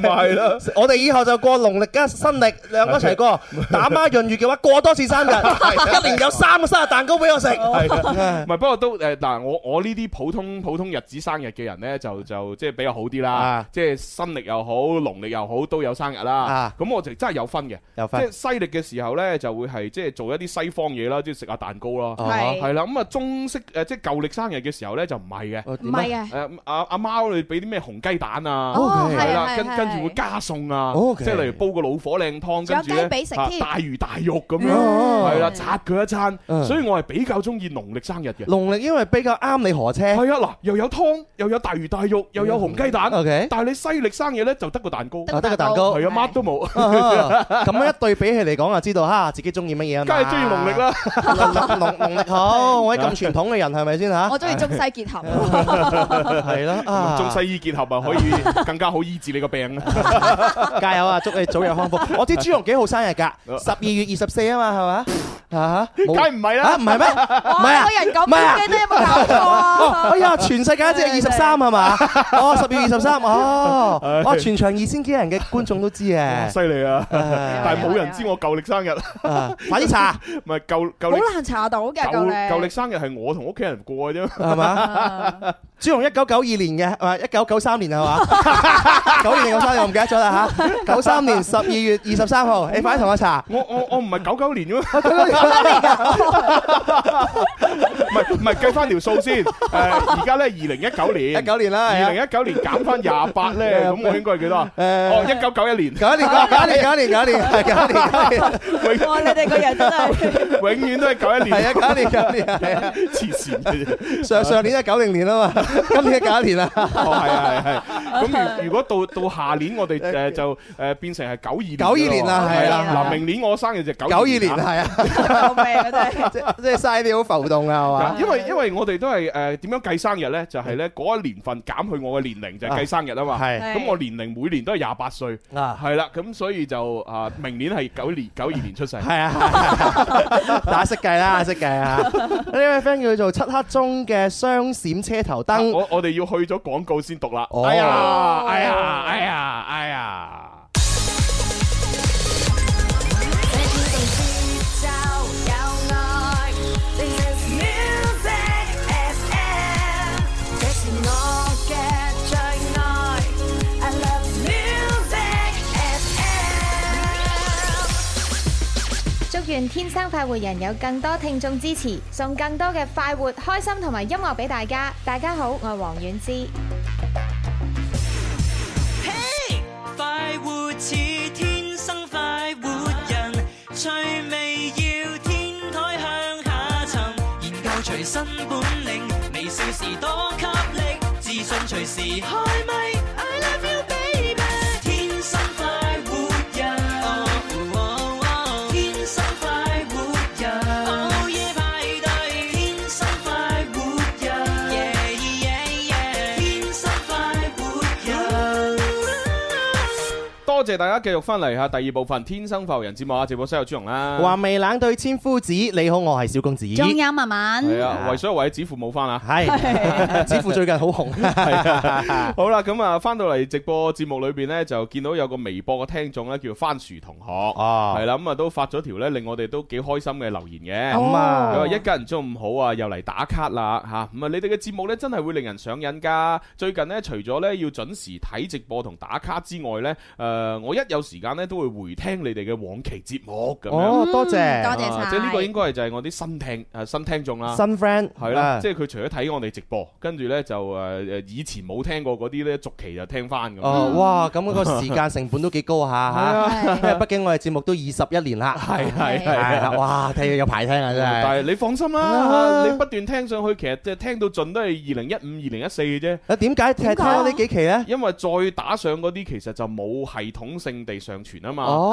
S1: 咪係啦。
S2: 我哋以後就過農曆加新曆兩個一齊過，打孖潤月嘅話過多次生日，一年有三個生日蛋糕俾我食。À.
S1: 唔係，不過都誒嗱，我我呢啲普通普通日子生日嘅人咧，就就即係比較好啲啦
S2: 啊，
S1: 即係新歷又好，農曆又好，都有生日啦
S2: 啊。
S1: 咁我就真係有分嘅，
S2: 有
S1: 即
S2: 分
S1: 係西歷嘅時候咧，就會係即係做一啲西方嘢啦，即係食下蛋糕啦，
S2: 哦
S3: 係
S1: 係啦。咁啊，中式誒即係舊歷生日嘅時候咧，就唔係嘅。
S2: 哦
S3: 唔
S2: 點啊
S3: 係嘅，
S1: 誒阿阿貓，你俾啲咩紅雞蛋啊？
S3: 哦，
S2: OK
S3: 係
S1: 係
S3: 啊
S1: 啦，
S3: 係
S1: 跟
S3: 啊
S1: 跟住
S3: 係
S1: 會加餸啊，
S2: OK
S1: 即係例如煲個老火靚湯，跟住
S3: 仲
S1: 咧
S3: 有雞髀食
S1: 啊
S3: 添
S1: 大魚大肉咁樣，
S2: 哦
S1: 係啦，拆佢一餐。
S2: 嗯
S1: 所以我係比較中意農曆生日嘅。
S2: 農曆因為比較啱你何車
S1: 係啊，嗱，又有湯，又有大魚大肉，又有紅雞蛋。
S2: 嗯 ，OK，
S1: 但係你西歷生嘢咧，就得個蛋糕，
S2: 啊得個蛋
S3: 哦
S2: 糕
S1: 係啊，乜都冇，
S2: 啊咁樣一對比起嚟講，就啊知道哈自己中意乜嘢啊
S1: 梗
S2: 嘛
S1: 係中意農曆啦。
S2: 農曆農 農曆好，我啲咁傳統嘅人係咪先嚇？
S3: 我中意中西結合，
S2: 係啦，啊，
S1: 中西醫結合啊，可以更加好醫治你個病啊。
S2: 加油啊！祝你早日康 復。我知朱容幾號生日㗎？十二月二十四啊嘛，係嘛？啊，
S1: 哦梗
S2: 冇
S1: 係唔係
S2: 啊，
S1: 啦
S2: 唔，係咩？ 唔係
S3: 哇，
S2: 啊
S3: 個，人咁
S2: 唔係啊
S3: 嘅都有冇搞錯
S2: 哦，
S3: 啊
S2: 哎？呀，全世界只有二十三係嘛？哦，十月二十三，哦，哇，全場二千幾人嘅觀眾都知
S1: 哇
S2: 嘅
S1: 犀，利啊！
S2: 啊
S1: 但係冇人知我舊歷生日，
S2: 啊快啲查
S1: 唔係舊舊
S3: 好
S1: 歷
S3: 難查到嘅，夠
S1: 舊
S3: 靚
S1: 舊歷生日係我同屋企人過嘅啫。
S2: 係嘛？
S3: 啊
S2: 朱紅一九九二年嘅，係嘛？一九九三年係嘛？ 九二年九三年我唔記得咗啦嚇，九三年十二月二十三號，你快啲同我查。
S1: 我我我唔係九九年嘅咩？ 唔係唔係計翻條數先。誒，而家咧二零一九
S2: 一
S1: 年，
S2: 九年啦，
S1: 二
S2: 係
S1: 零
S2: 啊。
S1: 一九年減翻廿八咧，咁我應該係幾多啊？哦，一九九一年，
S2: 九一年，九一年，九一年，九一年，係九一年，
S3: 哇！你哋個人真 係
S1: 永永遠都係九一
S2: 係
S1: 年，
S2: 啊，九一年，九一年，係啊。
S1: 黐線嘅啫。
S2: 上上年係九零年啊嘛，今年係九一年啦，
S1: 哦，係係係。咁如如果到到下年，我哋誒就誒變成係九二年咯。
S2: 92年啦
S3: 係啦
S1: 嗱，明年我生日就九
S2: 九二年
S1: 啦。
S2: 係啊，
S3: 救命啊！真係
S2: 即即係嘥啲好浮動啊， 係嘛？
S1: 嗱因為因為我哋都係誒點樣計生日咧？就係咧嗰一年份減去我嘅年齡就係計生日啊嘛。
S2: 係
S1: 咁我年齡每年都係廿八歲，
S2: 啊。
S1: 係啦，咁所以就啊，明年係九年九二年出世。
S2: 系啊， 係啊大家識計啦，識計 啊！呢位 friend 叫做漆黑中嘅雙閃車頭燈，
S1: 我我哋要去咗廣告先讀啦。
S2: 哦
S1: 哎呀，哎呀，哎呀，哎呀！
S7: 祝願天生快活人有更多聽眾支持，送更多嘅快活、開心同埋音樂俾大家。大家好，我係黃婉之。
S8: 快活似天生快活人，趣味要天台向下沉，研究隨身本領，微笑時多給力，自信隨時開咪。I love you baby，天生快活人，哦哦天生快活人，午夜派對，天生快活人，yeah yeah yeah，天生快活人。
S1: 多謝大家繼續翻嚟吓第二部分《天生浮人》節目啊！直播室有朱容啦，
S2: 話未冷對千夫指，你好，我係小公子。
S3: 仲有文文，
S2: 嗯
S1: 係啊，為所有位子父冇翻 啊！
S2: 係，似乎最近好紅。
S1: 係啊，好啦，咁啊，翻到嚟直播節目裏邊呢，就見到有個微博嘅聽眾呢，叫番薯同學，
S2: 哦
S1: 係啦，咁啊都發咗條呢，令我哋都幾開心嘅留言嘅。
S2: 咁啊
S1: 佢話一家人中午好啊，又嚟打卡啦吓，咁啊你哋嘅節目呢，真係會令人上癮㗎。最近呢，除咗呢要準時睇直播同打卡之外呢，誒、我一有時間呢，都會回聽你哋嘅往期節目咁樣。
S2: 哦，多
S3: 嗯
S2: 謝
S3: 多謝晒
S1: 啊即係呢個應該係就係我啲新聽誒新聽眾啦。
S2: 新 friend
S1: 係啦，
S2: 啊
S1: 即係佢除咗睇我哋直播，跟住呢就誒誒以前冇聽過嗰啲呢，逐期就聽翻咁。嗯
S2: 哦，哇！咁個時間成本都幾高下嚇，
S3: 係啊
S2: 因為畢竟我哋節目都二十一年啦，係
S1: 係
S2: 係
S1: 係
S2: 啊，哇！睇有排聽啊，真
S1: 但
S2: 係。
S1: 係你放心啦，
S2: 啊
S1: 你不斷聽上去，其實即係聽到盡都係二零一五、二零一四嘅啫。
S2: 啊，點解聽
S3: 點解啊
S2: 聽呢幾期咧？
S1: 因為再打上嗰啲其實就冇系統性地上傳啊嘛，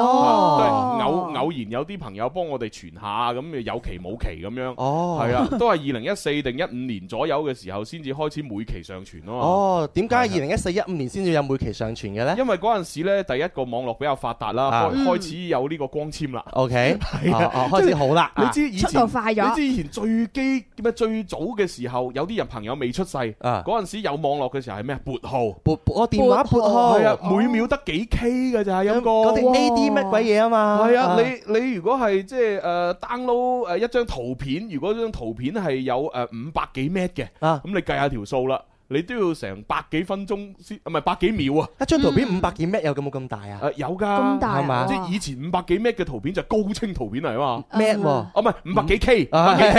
S2: 哦
S1: 都係偶偶然有啲朋友幫我哋傳下，咁有期冇期咁樣，
S2: 哦，
S1: 係啊，都係二零一四定一五年左右嘅時候先至開始每期上傳咯。
S2: 哦，點解二
S1: 係啊啊
S2: 零一四一五年先至有每期上傳嘅咧
S1: 因為嗰陣時咧，第一個網絡比較發達啦，
S2: 啊
S1: 開開始有呢個光纖啦。
S2: ？OK，
S1: 係啊
S2: 哦哦開始好啦。
S1: 你
S2: 啊
S1: 知以
S3: 速度
S1: 前，
S3: 快
S1: 你
S3: 咗，
S1: 知以前最基咩最早嘅時候，有啲人朋友未出世，嗰
S2: 啊，
S1: 陣時有網絡嘅時候係咩啊撥號，
S2: 撥撥我電話撥號，
S1: 係啊，每秒得幾 K 嘅咋，陰
S2: 哦嗰
S1: 哥
S2: 啲。A D 乜鬼嘢啊嘛？
S1: 係啊，你你如果係即係誒 download 呃誒一張圖片，如果張圖片係有誒五百幾 m 嘅，
S2: 啊
S1: 咁你計下條數啦，你都要成百幾分鐘先，唔係百幾秒啊，呃
S2: 一張圖片五百幾 M 有咁冇咁大啊
S1: 誒有㗎，
S3: 咁大
S2: 係嘛
S3: 啊
S1: 即係以前五百幾 m 嘅圖片就係高清圖片嚟啊嘛。
S2: ？M 喎
S3: 啊。
S1: 哦，唔係五百幾 K，五
S2: 啊
S1: 百幾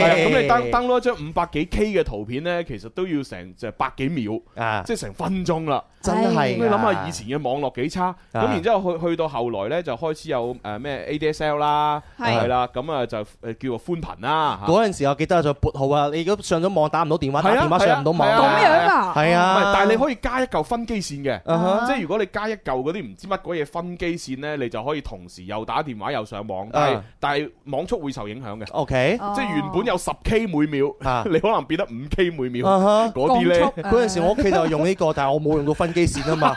S2: 係
S1: 係五百幾 K，係啊，咁
S2: 係
S1: 你 down download 一張五百幾 K 嘅圖片咧，其實都要成就係百幾秒，
S2: 啊，
S1: 即係成分鐘啦。
S2: 真係
S1: 你
S2: 㗎
S1: 諗下以前嘅網絡幾差，咁
S2: 啊
S1: 然之後去去到後來咧，就開始有誒咩 ADSL 啦，
S3: 係
S1: 係啦，咁啊就誒叫做寬頻啦。嚇
S2: 嗰陣時我記得就撥號啊，你如果上咗網打唔到電話，打
S1: 係啊
S2: 電話上唔到網
S1: 係啊
S3: 咁
S2: 啊，
S3: 樣啊？
S2: 係
S1: 唔係
S2: 啊，
S1: 但係你可以加一嚿分機線嘅。
S2: 啊哈
S1: 即係如果你加一嚿嗰啲唔知乜鬼嘢分機線呢，你就可以同時又打電話又上網，但係
S2: 啊
S1: 但係網速會受影響嘅，
S2: OK
S3: 哦
S1: 即係原本有十 K 每秒，
S2: 啊
S1: 你可能變得五 K 每秒。
S2: 啊哈。
S1: 嗰啲
S3: 降
S1: 呢，
S3: 速
S2: 嗰陣時我屋企就用呢個，但係我冇用到分機線啊嘛，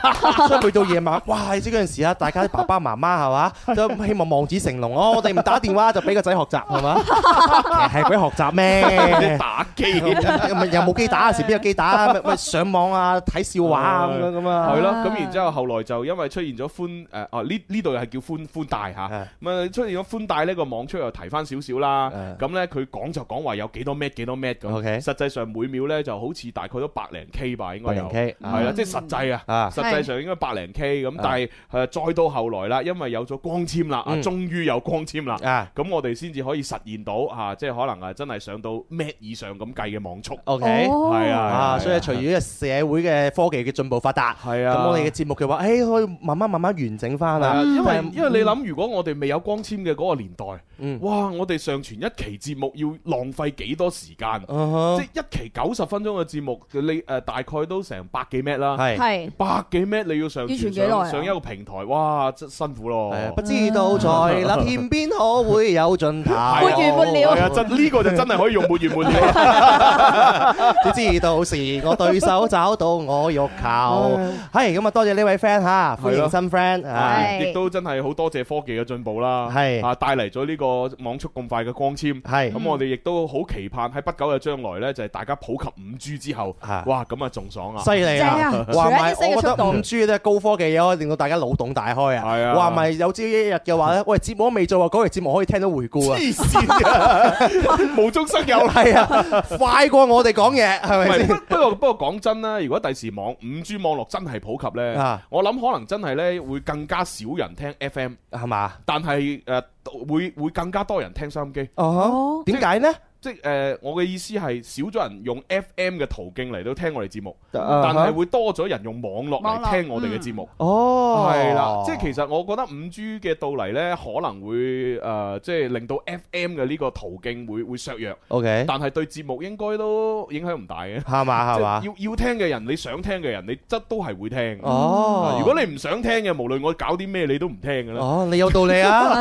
S2: 所以去到夜晚，哇！你知嗰陣時啊，大家啲爸爸媽媽係嘛，都希望望子成龍哦，我哋唔打電話就俾個仔學習係嘛，其實係鬼學習
S1: 你
S2: 咩？
S1: 打 機
S2: 咪又冇機打嗰時，邊有機打啊？咪咪上網啊，睇笑話啊咁樣咁啊，
S1: 係咯，咁然之後後來就因為出現咗寬誒哦呢呢度係叫寬寬帶嚇，
S2: 係
S1: 咁啊出現咗寬帶呢個網速又提翻少少啦
S2: 誒，
S1: 咁呢，佢講就講話有幾多 m 幾多 m 咁
S2: 啊 OK
S1: 實際上每秒呢就好似大概都百零 K 吧，應該有
S2: 百零 K，
S1: 係啦，
S3: 嗯
S1: 即係實際啊。
S2: 啊
S1: 實際上應該百零 K 咁，但係誒再到後來啦，因為有咗光纖啦，啊
S2: 嗯
S1: 終於有光纖啦，
S2: 啊
S1: 咁我哋先至可以實現到啊，即係可能啊真係上到 m 以上咁計嘅網速，
S2: ，OK。
S3: 哦
S1: 係啊，
S2: 啊，所以隨住呢個社會嘅科技嘅進步發達，
S1: 係啊，
S2: 咁我哋嘅節目嘅話，誒可以慢慢慢慢完整翻
S1: 係啊
S2: 啦。
S1: 因為
S2: 但係
S1: 因為你諗，如果我哋未有光纖嘅嗰個年代，
S2: 嗯，
S1: 哇！我哋上傳一期節目要浪費幾多時間？即
S2: 嗯
S1: 係一期九十分鐘嘅節目，你誒、呃大概都成百幾 m
S2: 哼
S1: 啦，
S2: 係。啊
S3: 係
S1: 百幾 m 你要上
S3: 要傳
S1: 傳
S3: 幾耐
S1: 上
S3: 啊
S1: 上一個平台，哇！真辛苦咯。
S2: 係啊不知道在那天邊可會有盡頭？
S1: 係啊
S3: 沒完沒了
S1: 係啊，真
S2: 哦
S1: 呢、個就真係可以用沒 完沒了。
S2: 你知道是我對手找到我欲求。係咁啊，多謝呢位 friend 吓，歡
S1: 係咯
S2: 迎新 friend 啊。
S3: 係
S1: 亦都真係好多謝科技嘅進步啦，
S2: 係
S1: 啊帶嚟咗呢個網速咁快嘅光纖。
S2: 係
S1: 咁我哋亦都好期盼喺不久嘅將來呢，就係大家普及五 G 之後，
S2: 啊
S1: 哇咁啊仲爽啊！
S2: 犀利啊
S3: 正啊！
S2: 話埋，
S3: 除咗一啲新
S2: 我
S3: 嘅
S2: 覺
S3: 速
S2: 得
S3: 度
S2: 五 G 咧高科技嘢可以令到大家腦洞大開啊！
S1: 係啊
S2: 話埋有朝一日嘅話咧，喂節目都未做啊，嗰期節目可以聽到回顧啊！
S1: 黐 線嘅，無中生有啦。
S2: 係啊，快過我哋講嘢，係
S1: 唔
S2: 咪
S1: 係
S2: 先？
S1: 不不過不過講真啦，如果第時網五 G 網絡真係普及呢，
S2: 啊
S1: 我諗可能真係呢會更加少人聽 FM，
S2: 係嘛？
S1: 但係誒呃會會更加多人聽收音機。
S2: 哦，點解呢？
S1: 即係誒，我嘅意思係少咗人用 FM 嘅途徑嚟到聽我哋節目，但
S2: 但
S1: 係會多咗人用網絡
S3: 網
S1: 嚟
S3: 絡
S1: 聽我哋嘅節目。
S2: 哦，
S1: 係啦，即係其實我覺得五 G 嘅到嚟呢，可能會誒、呃即係令到 FM 嘅呢個途徑會會削弱，
S2: OK，
S1: 但係對節目應該都影響唔大嘅。
S2: 係嘛係嘛
S1: 即係，要要聽嘅人，你想聽嘅人，你則都係會聽。
S2: 哦，
S1: 如果你唔想聽嘅，無論我搞啲咩，你都唔聽㗎啦。
S2: 哦，你有道理啊，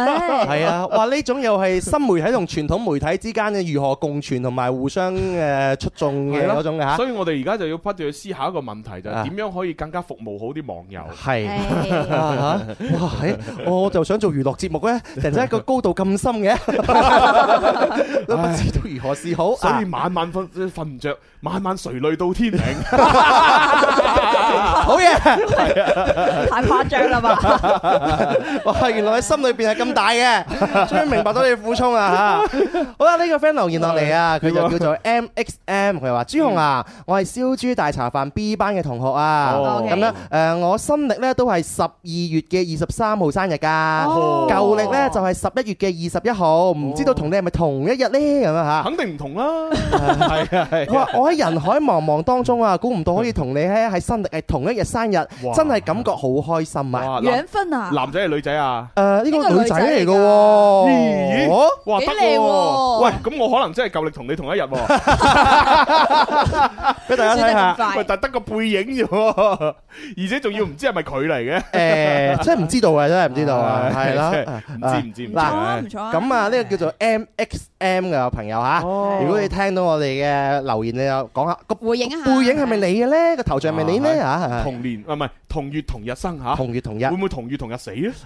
S3: 唉
S2: 係啊，哇！呢種又係新媒體同傳統媒體之間嘅如何共存同埋互相誒出眾嘅
S1: 係咯
S2: 嗰種嘅嚇，
S1: 所以我哋而家就要不斷去思考一個問題，就
S2: 啊
S1: 係點樣可以更加服務好啲網友。
S2: 係。
S3: 係
S2: 啊嚇哇！係哦我就想做娛樂節目咧，突然之間個高度咁深嘅，都不知道如何是好。
S1: 所以
S2: 啊
S1: 晚晚瞓瞓唔着，晚晚垂淚到 天明。
S2: 啊好嘢，
S3: 太誇張啦嘛！
S2: 哇！原來喺心裏邊係咁大嘅，終於明白到你嘅苦衷啦嚇。好啦，呢個 friend 留言落嚟啊，佢就叫做 M X M，佢話：朱紅啊，我係燒豬大茶飯 B 班嘅同學啊。
S1: 哦
S3: OK
S2: 咁樣誒、我新歷咧都係十二月嘅二十三號生日㗎，
S3: 哦
S2: 舊歷咧就係十一月嘅二十一號，唔知道同你係咪同一日呢？咁樣嚇。
S1: 肯定唔 同啦，係啊係
S2: 我話我喺人海茫茫當中啊，估唔到可以同你喺喺新歷係同一日生日，
S1: 哇
S2: 真係感覺好開心啊！
S1: 哇
S3: 緣
S1: 男
S3: 分啊，
S1: 男仔係女仔啊？
S2: 誒，呢
S3: 呢個
S2: 個女仔嚟㗎
S3: 女仔嚟㗎
S2: 喎，
S1: 咦
S2: 哦
S1: 哇
S3: 幾
S1: 得
S3: 靚
S1: 喎！
S3: 喎
S1: 喂，咁我可能真係夠力同你同一日喎，
S2: 俾大家睇下。
S1: 喂，但係得個背影啫喎， 而且仲要唔知係咪佢嚟嘅？
S2: 誒， 真係唔知道啊，真係唔知 道啊，係 啦，
S1: 唔知唔知唔知。
S2: 嗱
S3: 啊唔錯啊，
S2: 咁啊，呢個叫做 M X M 嘅朋友嚇，如果你聽到我哋嘅留言，你又講下個
S3: 回應一下
S2: 背影係咪你嘅咧？個頭像係咪你咧？嚇，
S1: 同年啊，唔係同月同日生吓，
S2: 同月同日，
S1: 會唔會同月同日死咧？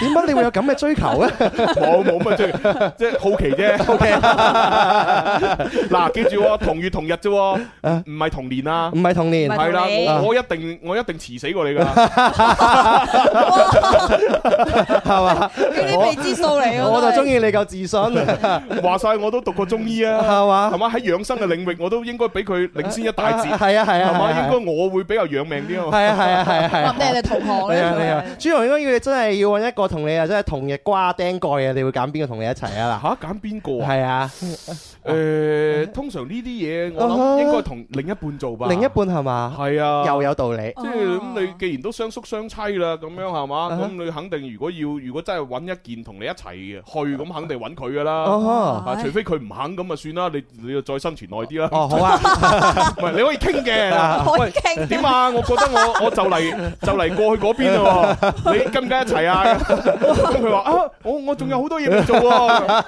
S2: 點解你會有咁嘅追 求咧？
S1: 冇冇乜啫，即係好奇啫。
S2: OK
S1: 嗱，記住喎，同月同日啫喎，唔係同年啊
S2: 唔。係同年
S3: 唔，係
S1: 係啦，
S3: 同你
S1: 我我一定我一定遲死過你噶，
S2: 係嘛？
S3: 嗰啲未知數嚟㗎
S2: 我就中
S3: 意
S2: 意你夠自 信，係
S1: 話晒我都讀過中 醫啊， 係
S2: 嘛？
S1: 嘛？喺養生嘅領域，我都應該比佢領先一大截，
S2: 係啊係啊，
S1: 係嘛？
S2: 係啊
S1: 應該我會比較養命 啲啊 嘛。
S2: 係啊係啊係啊係
S3: 話
S2: 啊
S3: 唔。哦定你哋同行
S2: 你
S3: 咧
S2: 啊你啊，朱紅應該要你真係要揾一個同你啊，真係同日瓜釘蓋啊！你會揀邊個同你一齊啊？
S1: 嚇揀邊
S2: 嗱，
S1: 個啊？
S2: 係啊，
S1: 誒，通常呢啲嘢我諗應該同另一半做吧。
S2: 另一半係嘛？
S1: 係啊，
S2: 又有道理。
S1: 即係咁，你既然都相宿相妻啦，咁樣係嘛？咁你肯定如果要，如果真係揾一件同你一齊嘅去，咁肯定揾佢噶啦。
S2: 哦，
S1: 啊，除非佢唔肯咁啊，算啦，你你就再生存耐啲啦。
S2: 哦好啊，
S1: 唔係，你可以傾
S2: 啊
S1: 嘅。
S3: 可以
S1: 喂，
S3: 哦傾
S1: 點啊？我覺得 我我就嚟就嚟過去嗰邊啦喎，你跟唔跟一齊啊？咁佢話啊，我我仲有好多嘢未做喎。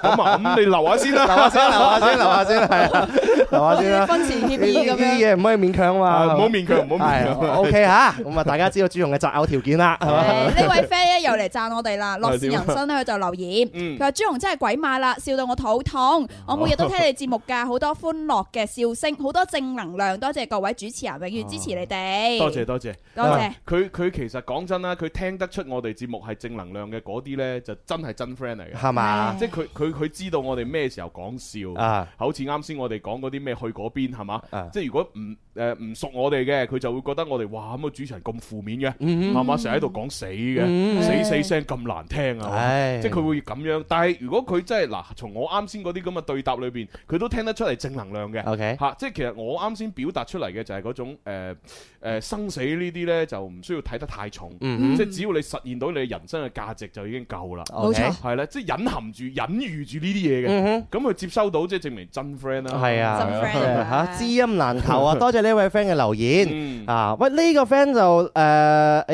S1: 咁啊，咁你留下先
S2: 留下
S1: 啦。
S2: 先，留下先，留下先，係啊， 留下先啦。
S3: 婚前協
S2: 呢
S3: 議
S2: 啲
S3: 咁樣，
S2: 嘢唔可以勉強嘛，
S1: 啊唔好勉強，唔好勉強。
S2: O K 吓，咁啊，大家知道朱紅嘅擇偶條件 啦，係嘛？
S3: 誒呢位 friend 咧又嚟讚我哋啦，樂視
S1: 係點啊
S3: 人生咧佢就留言。
S1: 嗯
S3: 佢，話朱紅真係鬼馬啦，笑到我肚痛。
S2: 哦
S3: 我每日都聽你節目㗎，好多歡樂嘅笑聲，好多正能量。多謝各位主持人，永遠支持你
S2: 嗯
S3: 哋。
S1: 多謝多謝。
S3: 多謝。
S1: 佢佢其實講真啦，佢聽得出我哋節目係正能量嘅嗰啲呢，就真係真 friend 嚟嘅，
S2: 係
S3: 啊
S2: 嘛？
S1: 即係佢佢佢知道我哋咩時候講笑，
S2: 啊，
S1: 好似啱先我哋講嗰啲咩去嗰邊係嘛
S2: 啊，
S1: 即係如果唔誒唔熟我哋嘅，佢就會覺得我哋哇咁個主持人咁負面嘅，
S2: 嗯
S1: 係嘛，成日喺度講死嘅，
S2: 嗯，
S1: 死死聲咁難聽
S2: 哦
S1: 啊！
S2: 唉，
S1: 即係佢會咁樣，但係如果佢真係嗱，從我啱先嗰啲咁嘅對答裏邊，佢都聽得出係正能量嘅。
S2: O K，
S1: 嚇、即係其實我啱先表達出嚟嘅就係嗰種誒、呃呃生死呢啲呢，就唔需要睇得太重，
S2: 嗯
S1: 即係只要你實現到你人生嘅價值就已經夠啦。
S2: ，O K，
S1: 係啦，即係隱含住、隱喻住呢啲嘢嘅，
S2: 嗯
S1: 咁佢、接收到即係證明真 friend 啦。
S2: 哼，係
S3: 真
S2: 啊，
S3: friend
S2: 係
S3: 啊
S2: 啊嚇，知音難求啊！多謝呢位 friend 嘅留言。
S1: 嗯，
S2: 啊！喂，呢、個 friend 就誒，誒、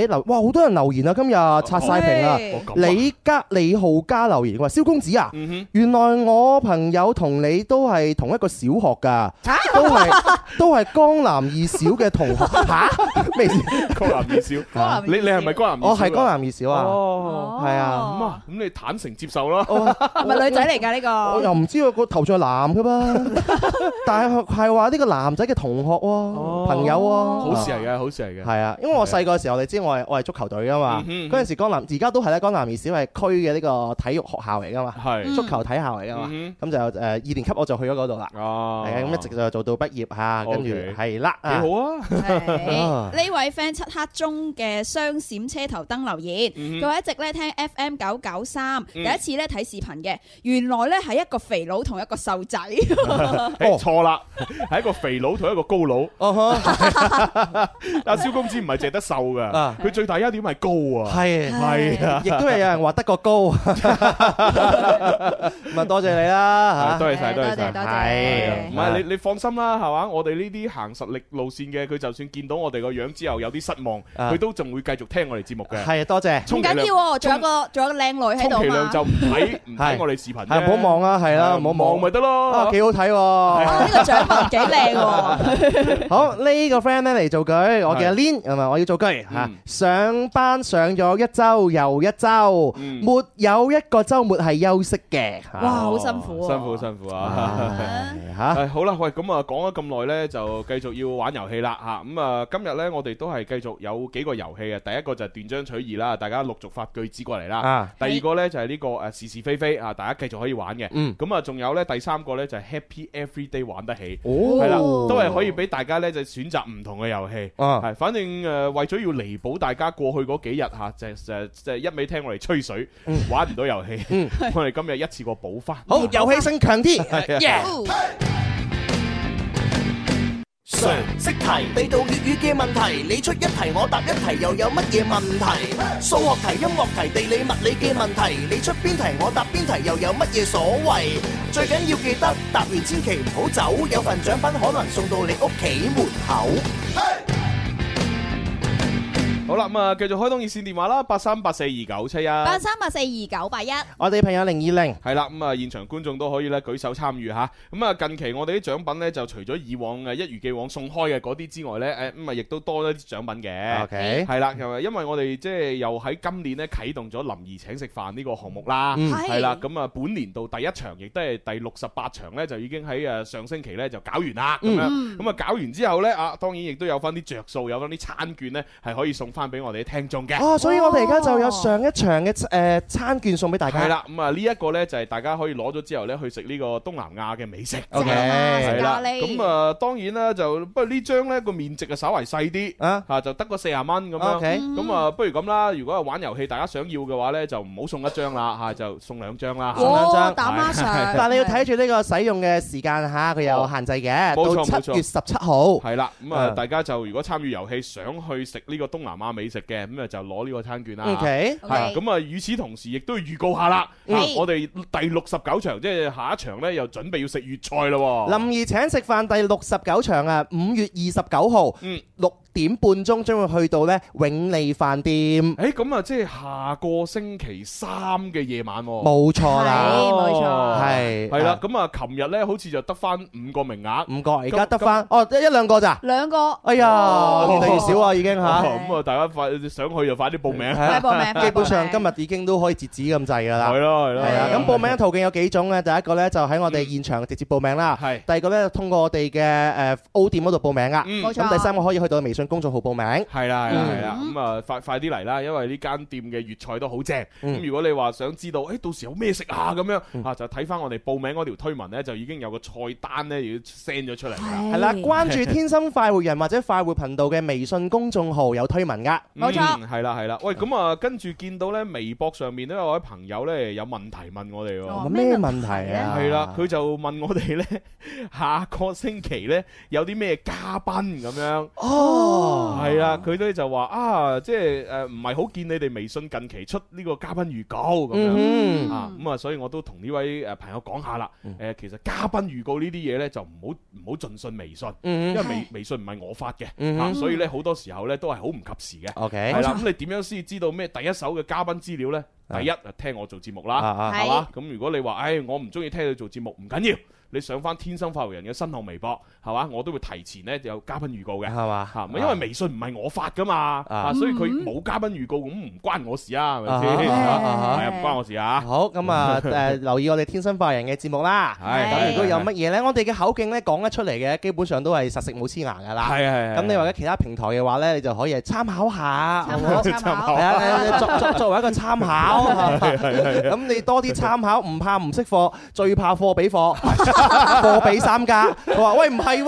S2: 留，哇，好多人留言啊！今日刷晒屏啦，
S3: 喂
S1: 哦咁啊
S2: 李家李浩嘉留言話：蕭公子啊，
S1: 嗯哼，
S2: 原來我朋友同你都係同一個小學 㗎，都係都係江南二小嘅同 學嚇，咩意思？
S1: 江南 二少，
S3: 江南
S1: 你你係咪江南二少
S2: 我哦
S1: 啊？
S2: 係江南二小啊，
S1: 哦，
S2: 係啊，
S1: 咁啊，咁你坦誠接受啦。
S2: 我
S3: 係咪女仔嚟㗎呢
S2: 我
S3: 個？
S2: 又唔知佢個頭像係男㗎噃，但係係話呢個男仔嘅同學喎，朋友喎，
S1: 哦好事嚟嘅，好事嚟嘅。
S2: 係啊，因為我細個嘅時候，你知我係我係足球隊噶嘛
S1: 嗯，哼
S2: 嗰陣時江南而家都係咧，江南兒小係區嘅呢個體育學校嚟噶嘛，
S1: 係
S2: 足球體校嚟噶嘛，
S1: 嗯
S2: 咁就誒二年級我就去咗嗰度啦，
S1: 哼啊，
S2: 係啊，咁一直就做到畢業嚇，跟住
S1: OK
S2: 係啦，
S1: 幾好啊。
S2: 啊
S3: 呢位 friend 漆黑中嘅雙閃車頭燈留言，
S1: 嗯
S3: 佢話一直咧聽 FM 九九三，第一次咧睇視頻嘅，原來咧係一個肥佬同一個瘦仔，
S1: 誒錯啦，係一個肥佬同一 個高佬。
S2: 哦 呵
S1: 阿蕭公子唔係淨係得瘦噶
S2: 啊，
S1: 佢最大優點係高啊。
S2: 係。
S1: 係啊，
S2: 亦都係有人話得個高， 咁啊多謝你啦嚇，
S1: 多謝晒，多謝晒。
S3: 多
S2: 係
S1: 唔係你你放心啦，係嘛？我哋呢啲行實力路線嘅，佢就算見到我哋個樣之後有啲失望，
S2: 啊
S1: 佢都仲會繼續聽我哋節目嘅。
S2: 係多 謝，
S3: 唔
S1: 充其
S3: 緊要
S1: 量，
S3: 喎，仲有個仲有個靚女喺
S1: 充
S3: 度啊
S1: 其量
S3: 嘛
S1: 就，唔睇唔睇
S2: 係
S1: 我哋視頻啫。
S2: 係唔好望啦，啊係啦，唔好
S1: 啊望咪
S2: 望
S1: 得咯
S2: 啊，。幾好睇喎。
S3: 啊呢個獎品幾 靚喎，
S2: 好呢個 friend 咧嚟造句，我
S1: 係
S2: 嘅 Lin 係咪？我要造句吓
S1: 嗯，
S2: 上班上咗一周又一周，
S1: 嗯
S2: 沒有一個周末係休息嘅。
S3: 哇，好辛苦喎，
S1: 辛苦辛苦啊！
S2: 唉吓，
S1: 唉，好啦，喂，咁啊，講咗咁耐呢，就繼續要玩遊戲啦吓。咁啊，今日呢，我哋都係繼續有幾個遊戲嘅。第一個就係斷章取義啦，大家陸續發句子過嚟啦。
S2: 啊，
S1: 第二個呢，就係呢個誒是是非非啊，大家繼續可以玩嘅。
S2: 嗯，
S1: 咁啊，仲有呢，第三個呢，就係 Happy Every Day 玩得起，
S2: 哦
S1: 係啦，都係可以俾大家呢，就選擇唔同嘅遊戲。
S2: 啊
S1: 係，反正誒為咗要彌補大家過去嗰幾日嚇，就就就一味聽我哋吹水，玩唔到遊戲， 我哋今日一次過補翻。
S2: 好， 遊戲性強啲。
S4: 常識題，地道粵語嘅問題，你出一題我答一題，又有乜嘢問題？數學題、音樂題、地理物理嘅問題，你出邊題我答邊題，又有乜嘢所謂？最緊要記得答完千祈唔好走，有份獎品可能送到你屋企門口。
S1: 好啦，咁啊，繼續開通熱線電話啦，八三八四二九七一。
S3: 八三八四二九八一，
S2: 我哋朋友零二零，
S1: 係啦，咁啊，現場觀眾都可以咧舉手參與吓。咁啊，近期我哋啲獎品咧，就除咗以往嘅一如既往送開嘅嗰啲之外咧，誒咁啊，亦都多咗啲獎品嘅。
S2: OK
S1: 係啦，又係因為我哋即係又喺今年咧啟動咗林兒請食飯呢個項目啦。
S2: 嗯
S1: 係啦，咁啊，本年度第一場亦都係第六十八場咧，就已經喺誒上星期咧就搞完啦，
S2: 嗯
S1: 咁樣咁啊搞完之後咧啊，當然亦都有翻啲着數，有翻啲餐券咧係可以送翻俾我哋啲聽眾嘅。
S2: 啊，所以我哋而家就有上一場嘅誒餐券送俾大
S1: 係
S2: 家。
S1: 啦，咁啊呢一個呢，就係大家可以攞咗之後呢，去食呢個東南亞嘅美食。
S2: OK
S3: 正啊
S1: 係
S3: 食
S1: 啦，
S3: 咖喱
S1: 咁啊當然啦，就不過呢張呢個面值啊稍為細啲，
S2: 啊
S1: 嚇就得個四十蚊咁樣。
S2: ，OK，
S1: 咁啊，不如咁啦，如果係玩遊戲，大家想要嘅話呢，就唔好送一張啦，嚇就送兩張啦。嚇
S2: 兩張
S3: 哇，打孖 上，
S2: 但你要睇住呢個使用嘅時間嚇，佢有限制嘅，
S1: 哦冇錯
S2: 到
S1: 冇錯
S2: 七月十七號。
S1: 係啦，咁啊，
S2: 嗯
S1: 大家就如果參與遊戲，想去食呢個東南亞美食嘅，咁啊就攞呢個餐券啦。
S2: OK，
S1: 係啊
S3: OK
S1: 咁啊，與此同時，亦都要預告下啦。
S3: 嗯
S1: 啊我哋第六十九場，即係下一場呢，又準備要食粵菜咯。
S2: 林兒請食飯第六十九場啊，五月二十九號
S1: 嗯
S2: 六點半鐘將會去到呢永利飯店，
S1: 诶，咁啊，即係下個星期三嘅夜晚喎。
S2: 冇錯啦，
S3: 係冇錯
S2: 係
S1: 系哦啦，咁啊，琴日咧好似就得翻五個名額，
S2: 五個而家得翻哦一一兩個咋？
S3: 兩個，
S2: 哎呀，越嚟越少啊，已經
S1: 哦
S2: 嚇，
S1: 咁啊，大家快想去就快啲報名，
S3: 快
S2: 係
S3: 報名，快報名
S2: 基本上今日已經都可以截止咁滯㗎
S1: 係
S2: 啦。
S1: 咯係咯，
S2: 係啊，
S3: 係
S2: 咁報名嘅途徑有幾種咧？第一個呢，就喺我
S1: 嗯
S2: 哋現場直接報名啦，
S1: 係
S2: 第二個呢，通過我哋嘅誒 O 店嗰度報名啊，
S1: 嗯
S3: 冇錯
S2: 咁第三個可以去到微信公眾號報名。
S1: 係啦係啦係啦，
S3: 嗯
S1: 咁啊快快啲嚟啦，因為呢間店嘅粵菜都好正，咁
S2: 嗯
S1: 如果你話想知道，诶到時有咩食啊咁樣啊，就睇翻我哋報名嗰條推文咧，就已經有個菜單咧要 send 咗出嚟㗎啦，
S3: 嗯
S2: 系啦，關注天生快活人或者快活頻道嘅微信公眾號有推文噶。
S3: 冇錯
S1: 嗯，係啦係啦，喂，咁啊跟住見到咧微博上面都有位朋友咧有問題問我哋喎。
S3: 哦
S2: 咩
S3: 咩
S2: 問
S3: 問
S2: 題
S3: 題
S2: 啊？
S3: 啊
S1: 系啦，佢就問我哋咧， 下個星期咧有啲咩嘉賓咁樣？
S2: 哦，
S1: 係啦，佢咧就話啊，即係诶唔係好見你哋微信近期出呢個嘉賓預告咁樣
S2: 嗯哼，嗯
S1: 啊，咁啊，所以我都同呢位诶朋友講下啦。诶，其實嘉賓預告呢啲嘢咧就唔好唔好盡信微信，因
S2: 嗯
S1: 為
S2: 哼
S1: 微微信唔係我發嘅，
S2: 嗯
S1: 啊
S2: 哼
S1: 所以咧好多時候咧都係好唔及時嘅。
S2: ，OK，
S1: 係啦，咁你點樣先知道咩第一手嘅嘉賓資料咧？第一啊，聽我做節目
S2: 啊
S1: 啦。
S2: 啊，
S1: 哎係嘛？咁如果你話，唉，我唔中意聽佢做節目，唔緊要，你上翻天生快活人嘅新浪微博，係嘛？我都會提前呢有嘉賓預告嘅。
S2: 係嘛？
S1: 吓，因為微信唔係我發噶嘛，啊，所以佢冇嘉賓預告，咁唔關我事啊，係咪先？
S2: 啊哈
S3: 哎
S2: 啊哈
S1: 係啊，唔關我事啊。
S2: 好咁 啊！誒，留意我哋天生快活人嘅節目啦。
S1: 係
S2: 咁如果有乜嘢呢，我哋嘅口徑呢講得出嚟嘅，基本上都係實食冇黐牙噶啦。
S1: 係係係
S2: 咁你 話喺其他平台嘅話呢，你就可以係參考下，好唔好
S3: 參考
S1: 哦
S2: 係啊係啊，作作作為一個參考， 咁你多啲參考，唔怕唔識貨，最怕貨比貨， 貨比三家。佢話：喂，唔係喎，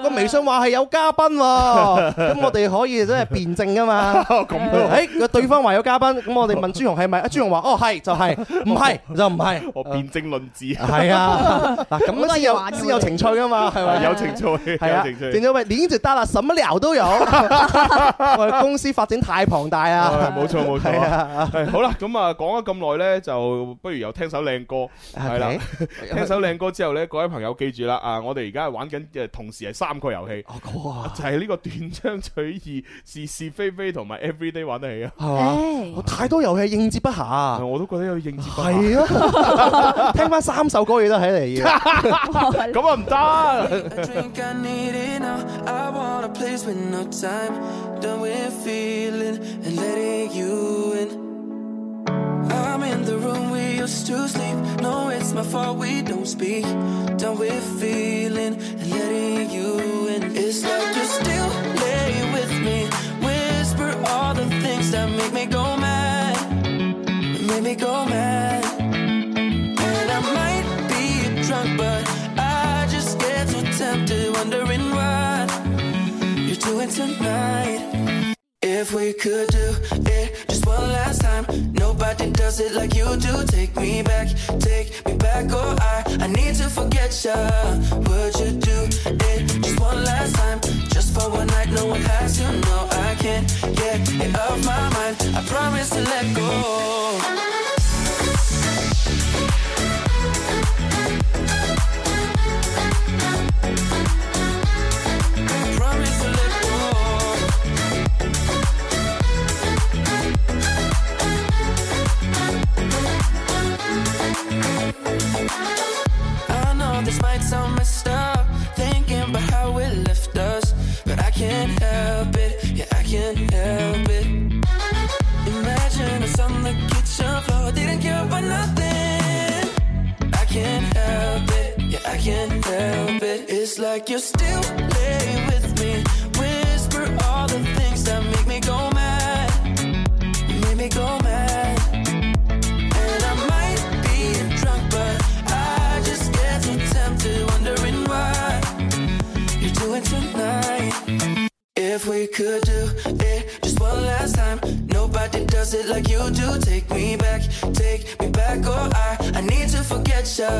S2: 個微信話係有嘉賓喎，咁我哋可以真係辯證噶 嘛。
S1: 哦
S2: 咁誒，個對方話有嘉賓，咁我哋問朱紅係咪？啊，朱紅話：哦，係就係，唔係就唔係。
S1: 我辯證論治，
S2: 係啊，嗱咁樣先
S3: 好多嘢
S2: 有
S3: 玩嘅
S2: 先有情趣噶嘛，係咪？
S1: 有情趣，
S2: 係啊，
S1: 有情
S2: 正
S1: 趣。
S2: 所謂鏈住得啦，什麼聊 都有。 我哋公司發展太龐大
S1: 唉
S2: 啊！
S1: 冇錯冇
S2: 係
S1: 錯，
S2: 啊
S1: 係好啦，咁啊講咗咁耐呢，就不如又聽首靚歌，係啦
S2: OK，
S1: 聽首靚歌之後呢，各位朋友記住啦，啊，我哋而家係玩緊誒，同時係三個遊戲，
S2: 哇，
S1: 就係呢個斷章取義、是是非非同埋 everyday 玩得起啊！
S2: 係嘛？
S3: 唉
S2: 我太多遊戲應接不
S1: 啊
S2: 暇。
S1: 我都覺得有應接不暇
S2: 係啊， 聽翻三首歌嘢都喺嚟要。
S1: 咁啊唔得。
S5: A drink, I need it now. I want a place with no time. Done with feeling and letting you in. I'm in the room we used to sleep. No, it's my fault we don't speak. Done with feeling and letting you in. It's like you still lay with me. Whisper all the things that make me go mad. Make me go mad. And I might be drunk, but I just get so tempted, wondering what you're doing tonight. If we could do it just one last time, nobody does it like you do. Take me back, take me back, oh I, I need to forget ya. Would you do it just one last time, just for one night? No one has to know. I can't get it off my mind. I promise to let go. promise to let go. I know this might sound messed up, thinking about how it left us, but I can't help it. Yeah, I can't help it. Imagine us on the kitchen floor, didn't care about nothing. I can't help it. Yeah, I can't help it. It's like you're still laying with me. Whisper all the things that make me go mad. Make me go mad. And I might be drunk, but I just get so tempted, wondering what you're doing tonight. If we could do it just one last time, nobody does it like you do. Take me back, take me back, oh I, I need to forget ya.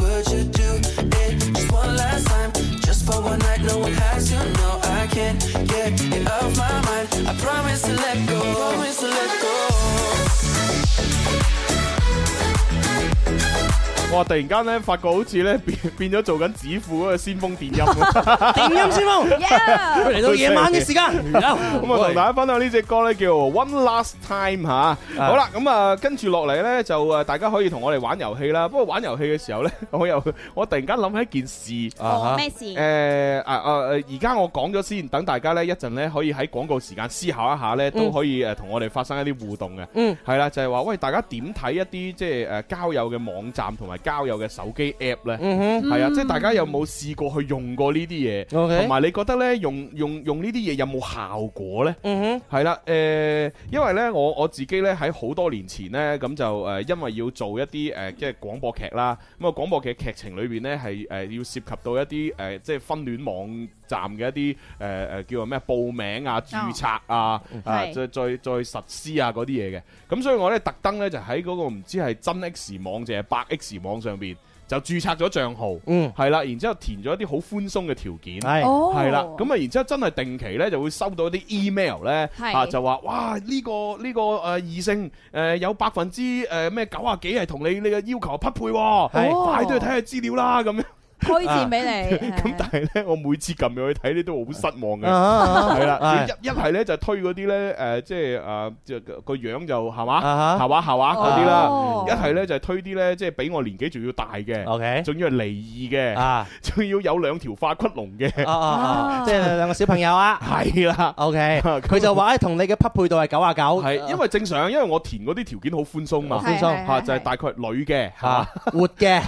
S5: Would you do it just one last time, just for one night? No one has to know. I can't get it off my mind. I promise to let go, promise to let go.
S1: 哇！突然間咧，發覺好似咧變變咗做緊指父嗰個先鋒電音 咁
S2: 定音先鋒，
S1: 哎啊
S3: Yeah
S2: 嚟到夜晚嘅時間。
S1: 咁啊，同大家分享呢只歌咧叫 One Last Time 吓。好啦，咁啊，跟住落嚟咧就啊誒，大家可以同我哋玩遊戲啦。不過玩遊戲嘅時候咧，我又我突然間諗起一件事。
S3: 哦咩事？
S1: 誒啊啊！誒而家我講咗先，等大家咧一陣咧可以喺廣告時間思考一下咧，都可以誒同我哋發生一啲互動嘅。
S2: 嗯，
S1: 係啦，就係話喂，大家點睇一啲即係誒交友嘅網站同埋交友嘅手機 app 咧？
S2: 嗯
S1: 係啊，即係大家有冇試過去用過呢啲嘢？
S2: 哼，OK，
S1: 同埋你覺得咧用用用呢啲嘢有冇效果呢？
S2: 嗯
S1: 係啦，誒、因為呢，我我自己呢喺好多年前呢，咁就誒、因為要做一啲誒、即係廣播劇啦，咁啊廣播劇劇情裏邊呢，係誒、要涉及到一啲誒、即係婚戀網站嘅一啲誒誒叫做咩報名啊、註冊啊、啊
S3: 係
S1: 再再再實施啊嗰啲嘢嘅，咁所以我呢，特登呢，就喺嗰個唔知係真 X 網定係白 X 網上邊就註冊咗帳號，
S2: 嗯
S1: 係啦，然之後填咗一啲好寬鬆嘅條件
S2: 哼，。係
S3: 哦，
S1: 係啦，咁啊，然之後真係定期咧就會收到啲 email 咧，
S3: 係
S1: 啊就話哇呢個呢個誒異性誒有百呃分之誒咩九啊幾係同你呢個要求匹配喎，
S2: 係哦
S1: 快啲去睇下資料啦咁樣。
S3: 推薦 俾你。
S1: 啊咁但係咧，我每次撳入去睇咧都好失望嘅。
S2: 啊
S1: 係啦，
S2: 係
S1: 一一係咧就推嗰啲咧，誒即係誒即係呃個樣就係
S2: 啊
S1: 嘛，
S2: 哈
S1: 係嘛係嘛嗰啲啦，
S3: 哦
S1: 一係咧就係推啲咧即係比我年紀仲要大嘅，
S2: ，OK
S1: 仲要係離異嘅，
S2: 啊
S1: 仲要有兩條化骨龍嘅，
S2: 啊啊啊，即係兩個小朋友啊
S1: 係啦，
S2: ，OK，
S1: 咁
S2: 佢就話咧同你嘅匹配度係九啊九，
S1: 係因為正常，啊因為我填嗰啲條件好寬鬆嘛，
S2: 寬鬆
S1: 嚇就係大概係女嘅
S2: 啊
S1: 嚇，
S2: 活 嘅，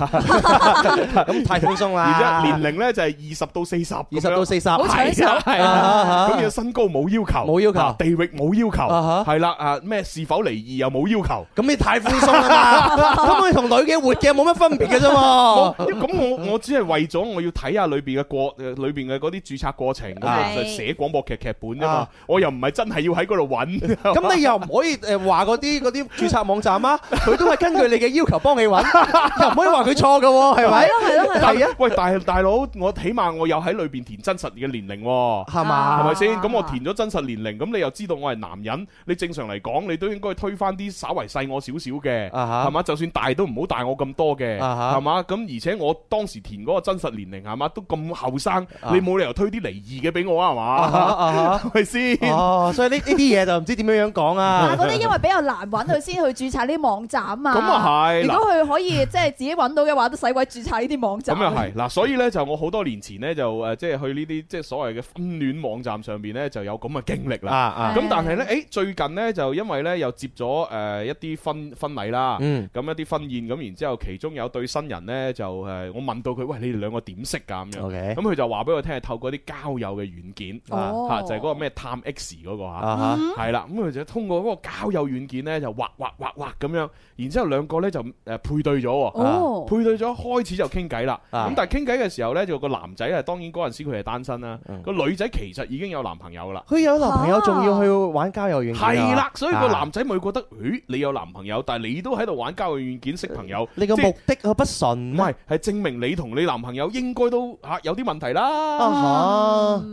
S2: 咁太寬鬆啦，
S1: 而且年齡咧就係二十到四十，
S2: 二十到四十，
S3: 好搶手
S2: 係啊係啊
S1: 咁嘅身高冇要求，
S2: 冇要求
S1: 啊地域冇要
S2: 啊
S1: 求，係啦啊咩是否離異又冇要求。
S2: 咁你太寬鬆啦 嘛，咁你同女嘅活嘅冇乜分別嘅啫嘛
S1: 我。咁我我只係為咗我要睇下裏邊嘅過誒裏邊嘅嗰啲註冊過程，咁
S3: 係
S1: 就就寫廣播劇劇本啫嘛
S2: 啊。
S1: 我又唔係真係要喺嗰度揾。
S2: 咁你又唔可以誒話嗰啲嗰啲註冊網站 啊，佢都係根據你嘅要求幫你揾，又唔可以話佢錯嘅喎，係咪？係咯係
S1: 但
S2: 係啊，
S1: 喂，但係大佬，我起碼我有喺裏邊填真實嘅年齡喎。
S2: 係嘛
S1: 係咪先？
S3: 啊
S1: 咁我填咗真實年齡，咁你又知道我係男人，你正常嚟講，你都應該推返啲稍為細我少少嘅，
S2: 啊哈
S1: 係嘛？就算大都唔好大我咁多嘅，
S2: 啊哈
S1: 係嘛？咁而且我當時填嗰個真實年齡係嘛，都咁後生，
S2: 啊
S1: 你冇理由推啲離異嘅俾我啊，係
S2: 啊哈
S1: 嘛？
S2: 啊
S1: 係咪先？
S2: 哈哦，所以呢呢啲嘢就唔知點樣樣講啊。
S9: 嗰啲因為比較難揾，佢先去註冊呢啲網站啊嘛。
S1: 咁啊係
S9: 如
S1: 嗱
S9: 果佢可以即係自己揾到嘅話，都使鬼註冊呢啲網站。
S1: 咁又係啊嗱，所以咧就我好多年前咧就誒，即係去呢啲即係所謂嘅婚戀網站上邊咧就有咁嘅經歷
S2: 啊
S1: 啦。
S2: 啊，
S1: 咁但係咧，誒最近咧就因為咧又接咗呃誒一啲婚婚禮啦，
S2: 嗯
S1: 咁一啲婚宴咁，然之後其中有對新人咧就誒，我問到佢，喂，你哋兩個點識㗎咁樣？
S2: ，OK
S1: 嗯咁佢就話俾我聽係透過啲交友嘅軟件啊
S9: 哦
S1: 嚇，就係嗰個咩探 X 嗰個嚇。
S2: 啊哈
S1: 係啦，咁佢就通過嗰個交友軟件咧，就畫畫畫畫咁樣，然之後兩個咧就誒呃配對咗喎，
S9: 哦
S1: 配對咗開始就傾偈啦。
S2: 啊
S1: 咁但係傾偈嘅時候咧，就個男仔啊，當然嗰陣時佢係單身啦，
S2: 嗯
S1: 個女仔其實已經有男朋友啦。
S2: 佢有男朋友仲要去玩交友軟件啊
S1: 係啦，所以個男仔咪會覺得，咦，你有男朋友，但係你都喺度玩交友軟件識朋友，
S2: 你個
S1: 即係
S2: 目的佢不純啊
S1: 唔係係證明你同你男朋友應該都嚇有啲問題
S2: 啊
S1: 啦。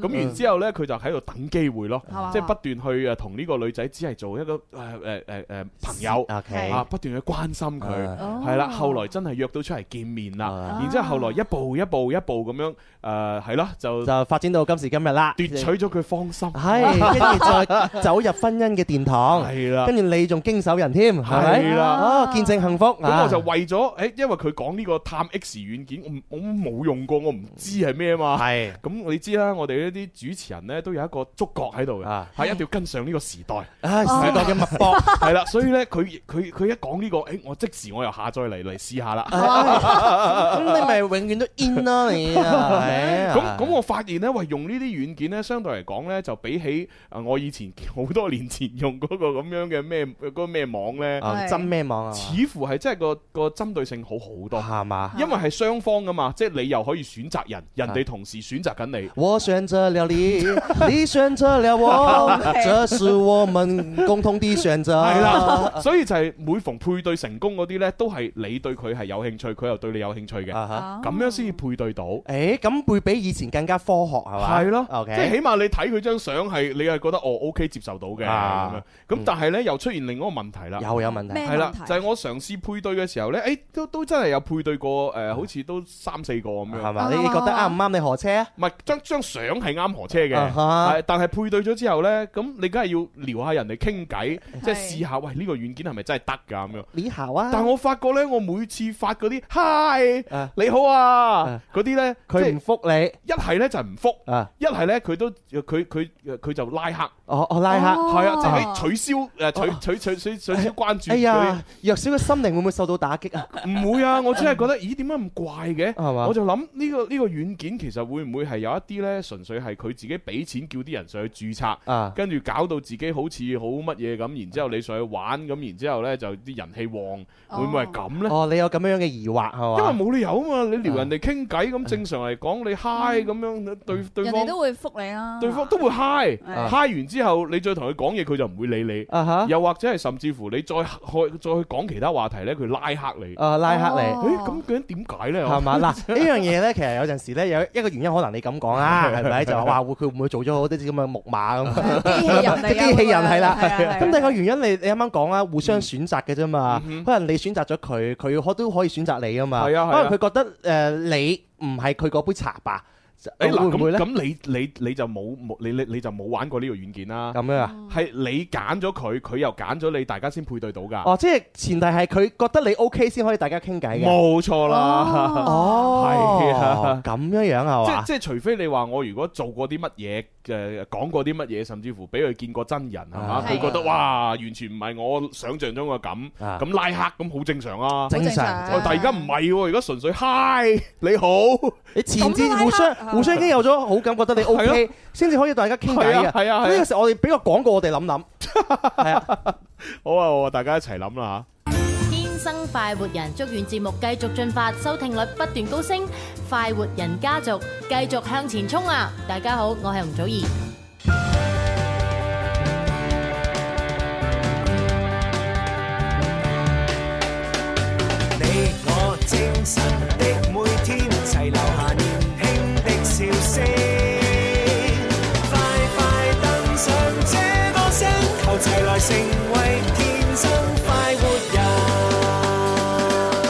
S2: 嚇
S1: 咁然之後呢，佢就喺度等機會咯，
S9: 嗯係嘛
S1: 即係不斷去誒同呢個女仔只係做一個誒呃誒誒誒朋友。
S2: ，OK
S1: 啊，不斷去關心佢，
S2: 啊
S1: 係啦，後來真係約到出嚟見面啦
S2: 啊，
S1: 然之後後來一步一步一步咁樣，誒係啦，就奪
S2: 就啊發展到今時今日啦，
S1: 取咗佢芳心，
S2: 係，跟住再走入婚姻嘅殿堂，
S1: 係啦。
S2: 跟住你仲經手人添，係
S1: 係
S2: 咪？
S1: 啦
S2: 哦，見證幸福。
S1: 咁我就為咗，誒，因為佢講呢個探 X 軟件，我唔我冇用過，我唔知係咩嘛。
S2: 係
S1: 咁你知啦，我哋呢啲主持人呢，都有一個觸覺喺度嘅，
S2: 啊
S1: 係一定要跟上呢個時代，
S2: 啊，時代嘅脈搏，
S1: 係啦。所以呢，佢佢佢一講呢個，誒，我即時我又下載嚟嚟試下啦。
S2: 咁你咪永遠都 in 啦你啊。係啊
S1: 咁咁，我發現呢，喂，用呢啲軟件呢，相對嚟講呢，就比起啊我以前 好多年前用嗰個咁樣嘅咩嗰個咩網呢，
S2: 啊真咩網啊？哦
S1: 似乎係真係個個針對性好好多。
S2: 係嘛？
S1: 因為係雙方噶嘛，即係你又可以選擇人，
S2: 啊
S1: 人哋同時選擇緊你。
S2: 我選擇了你， 你選擇了 我，這是我們共同的選擇。啊
S1: 係啦，所以就係每逢配對成功嗰啲呢，都係你對佢係有興趣，佢又對你有興趣嘅，咁
S2: 啊哈，
S1: 樣先至配對到。
S2: 誒，咁會比以前更加科學係嘛？
S1: 係咯，即係
S2: ，OK，
S1: 起碼你睇佢張相係，你係覺得哦 OK 接受到嘅咁樣
S2: 啊。
S1: 咁但係呢，又出現另一個問題啦。
S2: 又有問題。
S9: 咩
S1: 係啦
S9: 問題，？
S1: 就係我嘗試配對嘅時候呢，誒都都真係有配對過誒，好似都三四個咁
S2: 啊係
S1: 樣。
S2: 嘛？你你覺得啱唔啱你何車啊？
S1: 唔係張張相係啱何車
S2: 啊
S1: 嘅，
S2: 哈
S1: 係但係配對咗之後呢，咁你梗係要聊下人哋傾偈，即
S9: 係
S1: 係試下喂呢個軟件係咪真係得㗎咁樣。
S2: 你好啊，
S1: 但我發覺呢，我每次發嗰啲 Hi
S2: 啊
S1: 你好啊
S2: 啊
S1: 嗰啲呢，即
S2: 佢
S1: 係
S2: 唔覆
S1: 一係呢就唔覆，
S2: 你啊，
S1: 一係呢，佢都佢佢佢就拉黑，
S2: 我我拉黑。
S1: 係啊，
S9: 哦
S1: 即係取消誒取取取取取消關注
S2: 哎
S1: 嗰
S2: 呀，弱小嘅心靈會唔會受到打擊 啊？
S1: 啲，唔會啊！我真係覺得咦點解咁怪嘅？
S2: 係嘛
S1: 我就諗呢個呢個軟件其實會唔會係有一啲呢？純粹係佢自己俾錢叫啲人上去註冊。
S2: 啊，
S1: 跟住搞到自己好似好乜嘢咁，然之後你上去玩咁，然之後呢，就啲人氣旺，會唔會係咁呢？
S2: 哦，你有咁樣樣嘅疑惑係
S1: 因為
S2: 嘛？
S1: 冇理由啊嘛，你撩人哋傾偈咁正常嚟講，你嗨 i 咁樣對對
S3: 人哋都
S1: 方
S3: 會覆你
S2: 啊
S3: 啦。哦
S1: 對方都會嗨
S3: 係
S1: 嗨完之後，你再同佢講嘢，佢就唔會理你。
S2: 啊哈，
S1: 又或者係甚至乎你再去再去講其他話題呢，佢拉黑你。誒
S2: 啊拉黑你
S9: 哦。
S1: 咁究竟點解呢？
S2: 係 嘛？嗱，呢樣嘢咧，其實有陣時咧，有一個原因，可能你咁講 啦，係咪？就話哇，會佢會唔會做咗好多啲咁嘅木馬 咁？
S3: 機器人嚟 㗎
S2: 機器人係啦
S3: 係啊啊係啊
S2: 咁第二個原因，你你啱啱講啦，互相選擇嘅啫嘛。可能你選擇咗佢，佢可都可以選擇你啊嘛。
S1: 嗯係啊係啊
S2: 可能佢覺得呃你唔係佢嗰杯茶吧？會
S1: 誒嗱，
S2: 唔會
S1: 咁
S2: 咧？
S1: 咁你你你就冇冇你你你就冇玩過呢個軟件啦。
S2: 咁樣啊？
S1: 係你揀咗佢，佢又揀咗你，大家先配對到㗎。
S2: 哦，即係前提係佢覺得你 OK 先可以大家傾偈嘅。
S1: 冇錯
S3: 哦
S1: 啦。係啊
S2: 哦，咁樣樣係嘛？
S1: 即即係除非你話我如果做過啲乜嘢，誒講過啲乜嘢，甚至乎俾佢見過真人係嘛，
S2: 啊
S1: 佢覺得哇完全唔係我想象中嘅咁，
S2: 啊
S1: 咁拉黑咁好正常啊。
S2: 正常
S9: 好正
S1: 喂
S9: 常
S1: 但係而家唔係喎，而家純粹 hi 你好。
S2: 你前置
S9: 咁都拉
S2: 互相
S9: 黑啊
S2: 互相已經有咗好感，覺得你 OK，先至可以大家傾偈
S1: 係啊
S2: 嘅。
S1: 係啊係啊
S2: 呢個時候我哋俾個廣告我哋諗諗，係啊。
S1: 好啊，好啊，大家一齊諗啦
S10: 天生快活人，祝願節目繼續進發，收聽率不斷高升，快活人家族繼續向前衝啊！大家好，我係吳祖兒。
S8: 你我精神的每天，齊留下年輕的笑聲。快快登上這個星球，齊來成為天生快活人。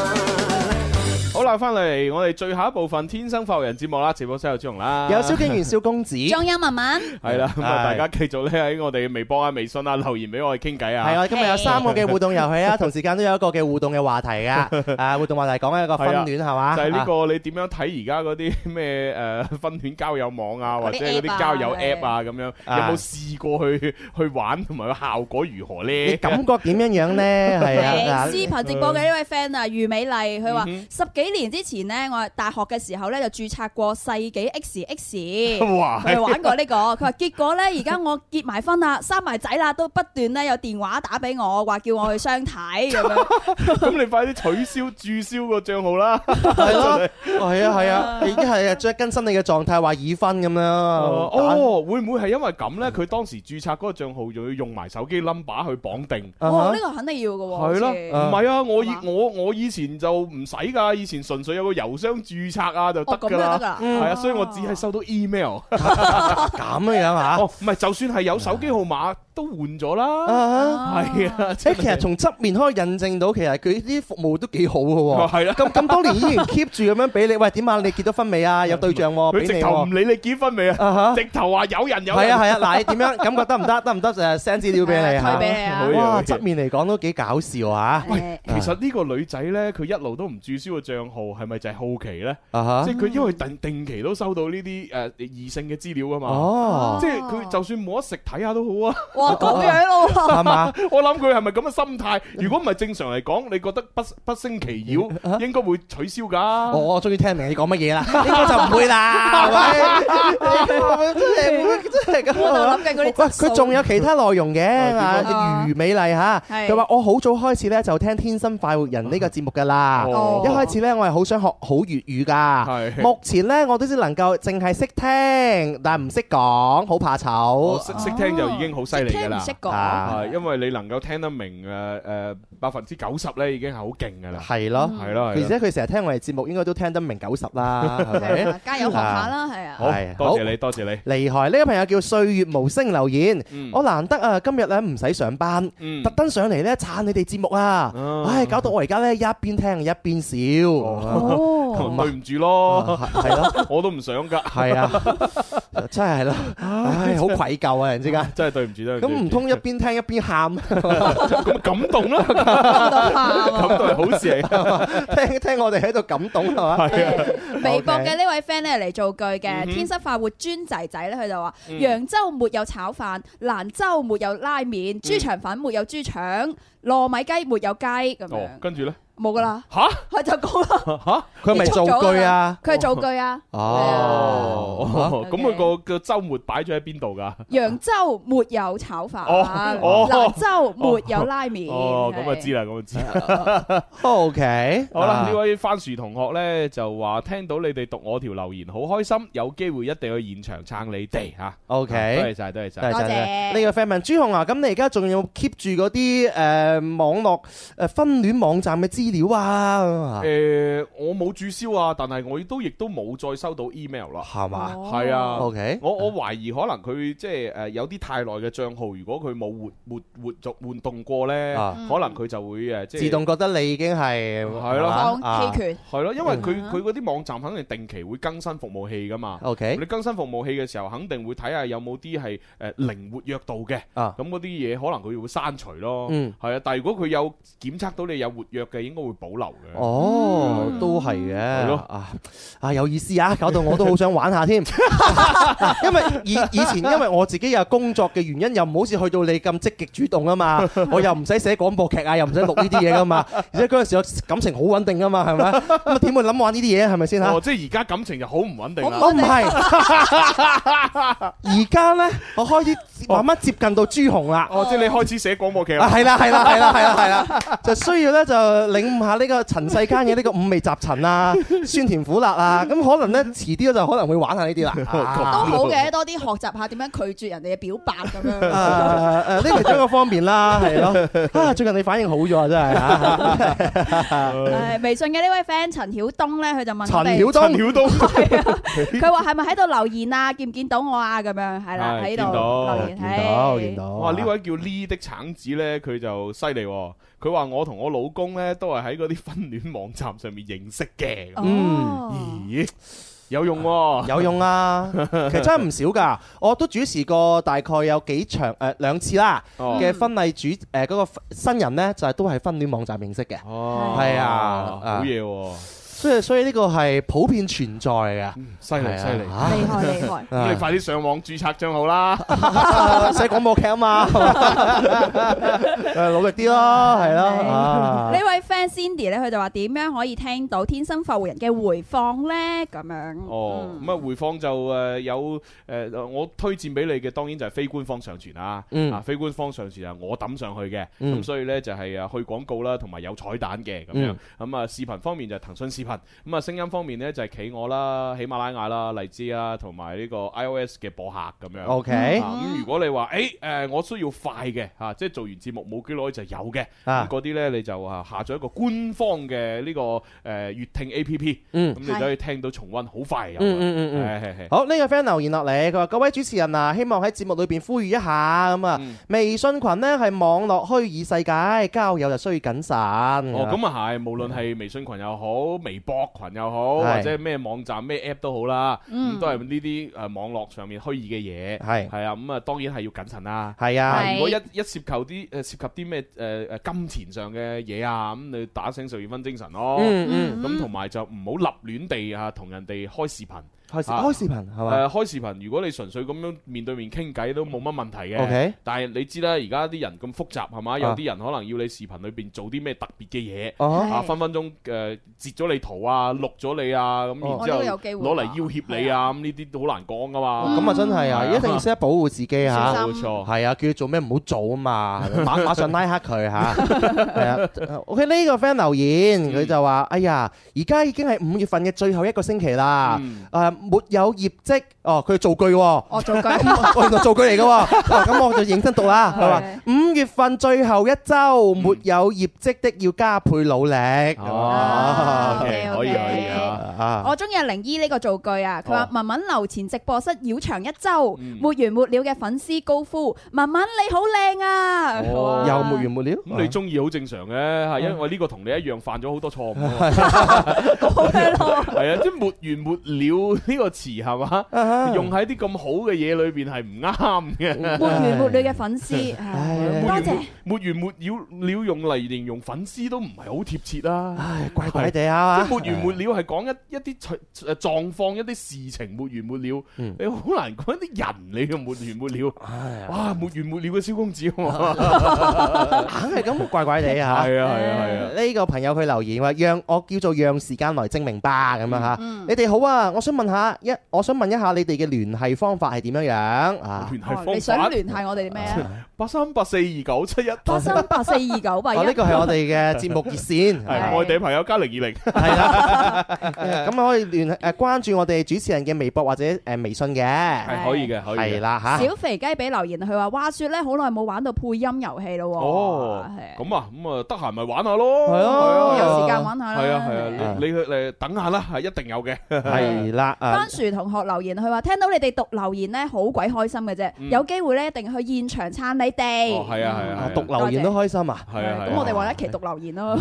S1: 吓。好啦，翻嚟我哋最後一部分《天生發育人》節目啦，直播室有朱容啦，
S2: 有蕭敬元、蕭 公子，係
S1: 啊
S3: 仲有文文，
S1: 係啦，咁啊，大
S2: 係
S1: 家繼續咧喺我哋微博啊、微信啊留言俾我哋傾偈啊。
S2: 啊，今日有三個嘅互動遊戲啊，同 時間都有一個嘅互動嘅話題 噶。啊，互動話題講一個婚戀係嘛？啊
S1: 就係呢個你點樣睇而家嗰啲咩 誒婚戀交友網啊，或者嗰啲交友 app 啊咁樣，
S2: 啊
S1: 有冇試過去去玩同埋個效果如何
S2: 你
S1: 咧？
S2: 感覺點樣樣 咧？係啊，
S3: 視頻直播嘅呢位 friend 啊，余美麗，佢話
S1: 嗯
S3: 十幾年之前呢，我大學嘅時候呢，就註冊過世紀 X X。
S1: 哇！
S3: 佢玩過呢、個，佢話結果呢，而家我結埋婚啦， 生埋仔啦，都不斷呢有電話打俾我，話叫我去相 睇咁樣。
S1: Uh-huh 咁你快啲取消註銷個帳號啦！
S2: 係咯，係啊，係啊，已經係即係更新你嘅狀態，話已婚咁樣。
S1: 哦，會唔會係因為咁
S2: 嗯
S1: 呢？佢當時註冊嗰個帳號仲要用埋手機 number 去綁定？
S2: 啊
S3: 哦，
S2: 哈
S3: 呢、個肯定要嘅喎。好
S1: 係
S3: 似
S1: 咯，唔係啊！我以
S3: 係嘛
S1: 我我以前就唔使㗎，以前純粹有個郵箱註冊啊就
S3: 哦
S1: 得
S3: 咁
S1: 㗎
S3: 就得
S1: 啦
S3: 㗎。啦。
S1: 係啊，所以我只係收到 email。
S2: 咁樣樣啊
S1: 哦，唔係，就算係有手機號碼都換咗啦。
S2: 啊。
S1: 係啊，
S2: 誒，其實從側面可以印證到，其實佢啲服務都幾好嘅喎。
S1: 係啦，
S2: 咁咁多年依然 keep 住咁樣俾你，喂點啊？你結咗 婚未啊？有對象喎，俾
S1: 佢直
S2: 你
S1: 頭唔
S2: 喎。
S1: 理你結婚未啊，
S2: 啊哈！
S1: 直頭話有人有
S2: 係
S1: 人
S2: 啊，係啊，嗱你點樣感覺得唔得？得唔得？誒 send 資料 俾你
S3: 推
S2: 嚇。
S3: 俾你啊
S1: 好！嘢好
S2: 哇，
S1: 嘢
S2: 側面嚟講都幾搞笑啊！
S3: 喂，
S1: 其實呢個女仔呢，佢一路都唔註銷個帳號，係咪就係好奇呢？
S2: 啊哈
S1: 即係佢因為定定期都收到呢啲誒異性嘅資料啊嘛，
S2: 哦，
S1: 即係佢就算冇得食睇下都好啊。
S3: 哇，咁樣咯喎。
S2: 係嘛？
S1: 我諗佢係咪咁嘅 心態？如果唔係正常嚟講，你覺得不不勝其擾，應該會取消
S3: 哦
S2: 我
S1: 㗎。
S2: 我終於聽明你講乜嘢 啦，應該就唔會啦，係咪？真係真係咁
S3: 我就
S2: 啊
S3: 諗緊嗰啲
S2: 喂，
S3: 質素
S2: 佢仲有其他內容嘅啊，
S3: 啊
S2: 余美麗嚇，
S3: 係
S2: 佢話我好早開始咧就聽《天生快活人》呢個節目㗎啦。
S1: 哦
S2: 一開始咧，我係好想學好粵語㗎。
S1: 係
S2: 目前咧，我都只能夠淨係識聽，但係唔識講，好怕
S1: 我
S2: 醜。
S1: 識識聽就已經 好犀利㗎
S3: 聽唔
S1: 啦
S3: 識。
S2: 啊
S3: 講，
S1: 啊，因為你能夠聽得明誒誒百分之九十咧，已經係好勁㗎啦。
S2: 係
S3: 嗯
S2: 咯，
S1: 係啊咯，
S2: 而
S1: 係咯。
S2: 且佢成日聽我哋節目，應該都聽得明九十啦，係
S3: 係
S2: 咪
S3: 啊？加油學下啦，係啊。
S2: 係
S1: 好多
S2: 好
S1: 謝你，多謝你。
S2: 厲害！呢個朋友叫歲月無聲留言，
S1: 嗯
S2: 我難得啊，今日咧唔使上班，
S1: 嗯
S2: 特登上嚟咧撐你哋節目啊！
S1: 啊
S2: 唉，搞到我而家咧一邊聽一邊 笑，哦
S9: 哦，
S1: 對唔住咯，
S2: 係係咯，
S1: 我都唔想㗎，
S2: 係啊，真係咯，唉，好愧疚啊！人之間，
S1: 真係對唔住，對唔住。
S2: 咁唔通一邊聽一邊喊，
S1: 咁感動啦，
S3: 啊
S1: 感動係好事 嚟㗎。
S2: 聽聽我哋喺度感動係 嘛？
S1: 係啊，
S3: 微博嘅呢位 friend 咧嚟造句
S1: 嗯
S3: 嘅，天生快活專仔仔咧，佢就話：揚州沒有炒飯，蘭州沒有拉麵，
S1: 嗯
S3: 豬腸粉沒有豬腸，糯米雞沒有雞咁
S1: 哦，
S3: 樣，
S1: 跟住咧，
S3: 冇 噶啦，
S1: 吓
S3: 佢就講啦，
S1: 吓，
S2: 佢係咪造句啊？
S3: 佢係造句 啊，
S2: 哦
S1: 哦，咁佢個個週末擺咗喺邊度㗎？
S3: 揚州沒有炒飯，
S1: 哦哦
S3: 蘭州沒有拉麵，
S1: 哦，咁啊知啦，咁啊知啦。
S2: 哦 OK，
S1: 好啦，
S2: 啊
S1: 呢位番薯同學呢，就話聽到你哋讀我條留言好開心，有機會一定去現場撐你哋嚇。啊
S2: OK
S1: 多謝晒，多謝晒。
S2: 多
S3: 多
S2: 謝
S3: 謝
S2: 呢個 friend 問朱紅啊，咁你而家仲有 keep 住嗰啲誒誒網絡誒婚戀網站嘅資料啊咁啊？
S1: 誒，我冇註銷啊，但係我亦都亦都冇再收到 email 啦。
S2: 係嘛？
S1: 係啊
S2: ，OK，
S1: 我我懷疑可能佢即係誒有啲太耐嘅帳號，如果佢冇活活活續活動過咧，
S2: 啊
S1: 可能佢就會誒即係
S2: 自動覺得你已經係
S1: 係咯，
S3: 哦
S2: 啊
S1: 係咯，因為佢
S2: 嗯
S1: 佢嗰啲網站肯定定期會更新服務器噶嘛。
S2: 啊 OK
S1: 你更新服務器嘅時候，肯定會睇下有冇啲係誒零活躍度嘅。
S2: 啊
S1: 咁嗰啲嘢可能佢會刪除咯。
S2: 嗯
S1: 係啊，但係如果佢有檢測到你有活躍嘅，應該會保留嘅。
S2: 哦，都係
S1: 嗯係
S2: 嘅
S1: 咯，
S2: 啊啊有意思啊，搞到我都好想玩下添， 啊因為以以前因為我自己有工作嘅原因，又唔好似去到你咁積極主動啊 嘛，我又唔使寫廣播劇啊，又唔使錄呢啲嘢噶嘛，而且嗰陣時我感情好穩定噶嘛，係 咪？咁啊點會諗玩呢啲嘢係咪先嚇？
S1: 哦，即係而家感情就好唔穩定啦。啊
S2: 我唔 係，而家咧我開始慢慢接近到朱紅啦。
S1: 哦，即係你開始寫廣播劇啦
S2: 啊，係啦，係 啦，係啦，係啦，係啦，就需要咧就領悟下呢個塵世間嘅呢個五味雜陳 啊、酸甜苦辣啊，咁可能咧遲啲就可能會玩下呢啲啦。
S3: 都
S2: 啊
S3: 好嘅，多啲學習下點樣拒絕人哋嘅表白咁 樣。
S2: 啊誒呢其中一個方面啦，係咯。啊，最近你反應好咗啊，真係 啊！
S3: 誒微信嘅呢位 friend 陳曉東咧，佢就問
S2: 陳
S3: 我哋
S2: 曉東陳
S1: 曉東
S3: 係啊，佢話係咪喺度留言啊？見唔見到我啊？咁樣係啦，
S1: 係
S3: 喺
S1: 見
S3: 度
S1: 到
S3: 留言，
S1: 見
S3: 係
S1: 哇！呢位叫 Lee 的橙子呢，佢就犀利喎。佢話我同我老公呢，都係喺嗰啲婚戀網站上面認識嘅。
S3: 哦
S2: 嗯，
S1: 咦，有用喎，
S2: 有用啊！其實真係唔少㗎，我都主持過大概有幾場誒兩次啦
S1: 哦
S2: 嘅婚禮主呃誒嗰個新人咧，就係都係婚戀網站認識嘅，
S1: 哦
S2: 係啊啊
S1: 好嘢喎，
S2: 所以所以呢個係普遍存在嘅，
S1: 嗯
S2: 啊
S1: 犀利犀利，
S2: 厲
S3: 害厲 害
S1: 咁你快啲上網註冊帳號 啦，
S2: 啊寫廣播劇啊嘛，誒努力啲咯，係咯，啊
S3: 呢位 friend Cindy 咧，佢就話點樣可以聽到《天生發活人》嘅回放咧？咁樣嗯
S1: 哦，
S2: 嗯
S1: 咁啊回放就誒有誒，我推薦俾你嘅當然就係非官方上傳啦，
S2: 嗯
S1: 啊非官方上傳係我抌上去嘅，
S2: 嗯
S1: 咁所以呢就係啊去廣告啦，同埋有彩蛋嘅咁樣
S2: 嗯，
S1: 咁啊視頻方面就係騰訊視頻，咁啊聲音方面呢就係企鵝啦、喜馬拉雅啦、荔枝啦，同埋呢個 iOS 嘅播客咁樣。
S2: OK
S1: 啊咁如果你話誒誒我需要快嘅嚇，即係做完節目冇幾耐就有嘅，
S2: 啊
S1: 咁嗰啲呢你就啊下載一個官方嘅呢個誒粵聽 A P P，
S2: 嗯
S1: 咁你就可以聽到重温好快有啊。
S2: 嗯嗯嗯
S1: 係係係
S2: 好呢個 friend 留言落嚟，佢話各位主持人啊，希望喺節目裏邊呼籲一下咁啊，微信群呢係網絡虛擬世界，交友就需要謹慎。
S1: 哦，
S2: 哦
S1: 咁啊係，無論係微信群又好，微博群又好，
S2: 係
S1: 或者咩網站咩 app 都好啦，
S2: 嗯
S1: 咁都係呢啲誒網絡上面虛擬嘅嘢，
S2: 係
S1: 係啊，咁啊當然係要謹慎啦。
S2: 係啊
S1: 如果一一涉及啲誒涉及啲咩誒誒金錢上嘅嘢啊，咁你打醒十二分精神咯。
S2: 嗯嗯
S1: 咁同埋就唔好立亂地啊同人哋開視頻。
S2: 開視
S1: 啊
S2: 開視頻係嘛
S1: 誒開視頻，如果你純粹咁樣面對面傾偈都冇乜問題嘅。
S2: OK
S1: 但係你知啦，而家啲人咁複雜係嘛？有
S2: 啊
S1: 啲人可能要你視頻裏邊做啲咩特別嘅嘢，
S2: 哦
S1: 啊
S2: 係
S1: 分分鐘誒截咗你圖啊，錄咗你啊，咁
S2: 哦
S1: 然之後
S2: 哦呢個有機會
S1: 攞嚟要挾你啊，咁呢啲好難講噶嘛。
S2: 咁啊真係啊，
S1: 係
S2: 一定要識得保護自己嚇。
S1: 小心冇錯
S2: 係啊，叫佢做咩唔好做啊 嘛，馬馬上拉黑佢嚇。係啊，OK 呢個 friend 留言，佢就話：哎呀，而家已經係五月份嘅最後一個星期啦，
S1: 嗯
S2: 誒沒有業績，哦佢造句喎。
S3: 我做句
S2: 我原來造句嚟嘅喎，哇咁我就認真讀啦。佢話五月份最後一週，沒有業績的要加倍努力。
S1: 哦
S2: 啊
S1: OK，可以可以
S2: 啊
S3: 我中意阿玲姨呢個造句啊！佢
S1: 哦
S3: 話文文樓前直播室繞場一周，
S1: 嗯
S3: 沒完沒了嘅粉絲高呼：文文你好靚啊！
S1: 哦
S3: 哇
S2: 又沒完沒了。
S1: 咁你中意好正常嘅，係因為呢個同你一樣犯咗好多錯誤啊嘛。係啊，即係沒完沒了呢個詞係
S2: 啊
S1: 嘛，用喺啲咁好嘅嘢裏邊係唔啱嘅。
S3: 沒完沒了嘅粉絲，唉多謝。
S1: 沒完沒了了用嚟形容粉絲都唔係好貼切啦。唉，
S2: 怪怪地啊
S1: 即係沒完沒了係講一一啲狀誒狀況、一啲事情沒完沒了，你好難講一啲人你嘅沒完沒了。
S2: 嗯
S1: 哇，沒完沒了嘅蕭公子喎，
S2: 硬係咁怪怪地嚇。
S1: 係啊係啊係啊
S2: 呢個朋友佢留言話：讓我叫做讓時間來證明吧咁樣嚇。
S1: 嗯
S2: 你哋好啊，我想問下下一，我想問一下你哋嘅聯繫方法係點樣樣啊？
S1: 聯繫方法
S3: 哦你想聯繫我哋咩啊咧？
S1: 八三八四二九七一，
S3: 八三八四二 九八一
S2: 哦，呢個係我哋嘅節目熱線，
S1: 係外地朋友加零二零，
S2: 咁可以聯誒關注我哋主持人嘅微博或者誒微信嘅，係
S1: 係可以嘅可以嘅
S2: 係啦嚇。
S3: 小肥雞俾留言，佢話：話説咧，好耐冇玩到配音遊戲咯喎。哦
S1: 哦，咁啊，咁啊，得閒咪玩下咯，
S2: 係啊嗯
S3: 有時間玩下啦
S1: 係啊係啊，你你去誒等下啦，係一定有嘅，
S2: 係啦，
S3: 番薯同學留言，佢話聽到你哋讀留言咧，好鬼開心嘅啫。
S1: 嗯
S3: 有機會咧，一定去現場撐你
S1: 哦
S3: 哋。嗯
S1: 係啊係啊，
S2: 讀留言都開心啊！
S1: 係啊係啊
S3: 咁我哋話一期讀留 言咯。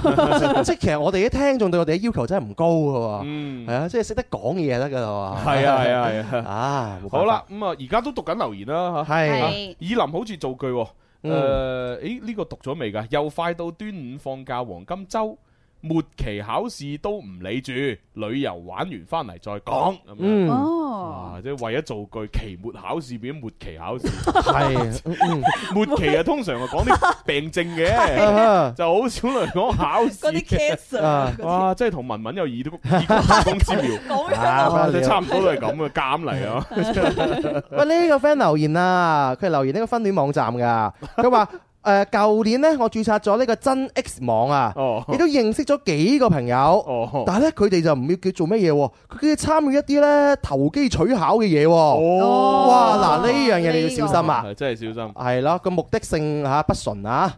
S2: 即係其實我哋啲聽眾對我哋嘅要求真係唔高嘅
S1: 喎，
S2: 係啊，即係識得講嘢得㗎啦喎。
S1: 嗯係啊係啊係啊，
S2: 啊 冇辦法
S1: 好啦，咁啊，而家都讀緊留言啦嚇，
S2: 係嗯
S1: 啊以林好似造句喎，誒，誒呢個讀咗未㗎？又快到端午放假黃金週。末期考試都唔理住，旅遊玩完翻嚟再講咁
S2: 嗯
S1: 樣。
S3: 哦，
S1: 啊，即係為咗造句，期末考試變咗末期考 試。
S2: 係嗯
S1: 末期啊，通常啊講啲病症 嘅，就好少嚟講考試。嗰啲
S3: cancer
S2: 啊
S1: 哇，即係同文文有異曲異曲同工之妙。
S2: 樣 啊
S1: 啊就差唔多都係咁啊，監 嚟啊。
S2: 喂，呢個 friend 留言啊，佢係留言呢個婚戀網站㗎，佢話。誒舊年呢，我註冊咗呢個真 X 網啊，
S1: 哦
S2: 亦都認識咗幾個朋友，但係呢，佢哋就唔要叫做乜嘢喎，佢哋參與一啲呢投機取巧嘅嘢喎。哇！嗱呢樣嘢你要小心哦啊，
S1: 係哦真係小心。
S2: 係咯，個目的性嚇不純啊。啊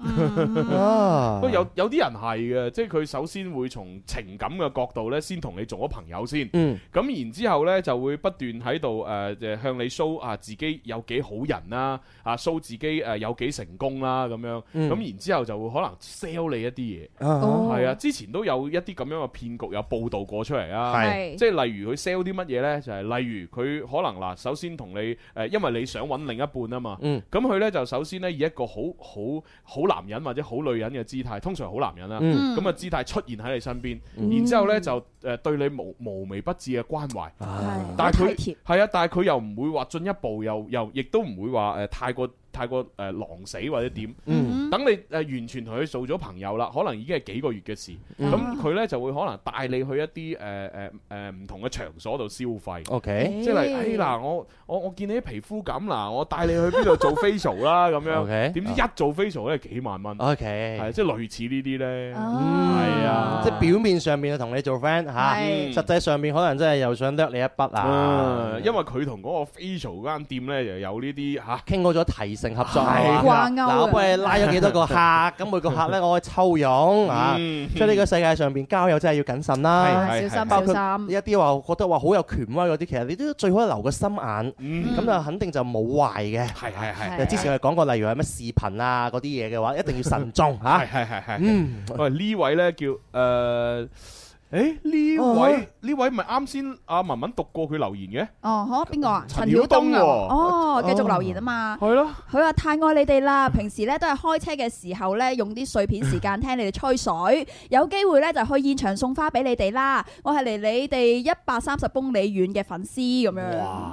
S1: 不
S3: 嗯
S1: 過有有啲人係嘅，即係佢首先會從情感嘅角度咧，先同你做咗朋友先。
S2: 嗯
S1: 咁然之後呢，就會不斷喺度誒誒向你 show 啊自己有幾好人啦，啊 show 自己誒有幾成功啦咁樣。咁、
S2: 嗯
S1: 然之後就會可能 sell 你一啲嘢，
S2: 哦
S1: 係啊，之前都有一啲咁樣嘅騙局有報導過出嚟啊。
S2: 係
S1: 即係例如佢 sell 啲乜嘢呢？就係、例如佢可能嗱，首先同你誒、因為你想揾另一半啊嘛。
S2: 嗯
S1: 咁佢呢，就首先呢，以一個好好好男人或者好女人嘅姿態，通常好男人啦，
S2: 嗯
S1: 咁啊姿態出現喺你身邊，
S2: 嗯
S1: 然之後呢，就誒對你無無微不至嘅關懷，
S3: 哦
S2: 啊
S1: 嗯但係
S3: 體
S1: 佢係啊，但係佢又唔會話進一步又又亦都唔會話誒太過太過誒狼死或者點，
S2: 嗯
S1: 等你誒完全同佢做咗朋友啦，可能已經係幾個月嘅事，
S2: 嗯
S1: 咁佢呢就會可能帶你去一啲誒誒誒唔同嘅場所度消費。
S2: OK
S1: 即係例如哎嗱，我我我見你啲皮膚咁嗱，我帶你去邊度做 facial 啦咁
S2: OK
S1: 樣，點知一做 facial 咧幾萬蚊，
S2: OK
S1: 係即係類似呢啲咧，
S3: 哦
S2: 係
S1: 係啊，
S2: 即係表面上面就同你做 friend 嚇，
S1: 嗯
S2: 實際上面可能真係又想掠你一筆啊
S1: 嗯，。因為佢同嗰個 facial 間店咧就有呢啲嚇，
S2: 傾好咗提成合作
S1: 係
S2: 係嘛
S3: 掛鈎
S2: 嗱，我
S3: 嘅
S2: 幫你拉咗幾多個客，咁每個客咧我可以抽佣啊，
S1: 嗯
S2: 所以呢個世界上邊交友真係要謹慎啦，
S3: 係係小心
S2: 包括
S3: 小心
S2: 一啲話覺得話好有權威嗰啲，其實你都最好留個心眼，
S3: 嗯
S2: 咁就肯定就冇壞嘅。
S1: 嗯係係
S2: 就
S1: 係。
S2: 之前我哋講過，例如係咩視頻啊嗰啲嘢嘅話，一定要慎重嚇。
S3: 啊
S1: 係係係係。
S2: 嗯
S1: 喂，呢位咧叫誒，誒呢位呢位咪啱先阿文文讀過佢留言
S3: 哦，好，邊個啊？
S1: 陳
S3: 陳曉東
S1: 曉東
S3: 啊！
S1: 喎
S3: 哦，繼續留言啊嘛。
S1: 係咯。
S3: 佢話太愛你哋啦，平時咧都係開車嘅時候咧，用啲碎片時間聽你哋吹水， 有機會咧就去現場送花俾你哋啦。我係離你哋一百三十公里遠嘅粉絲咁樣。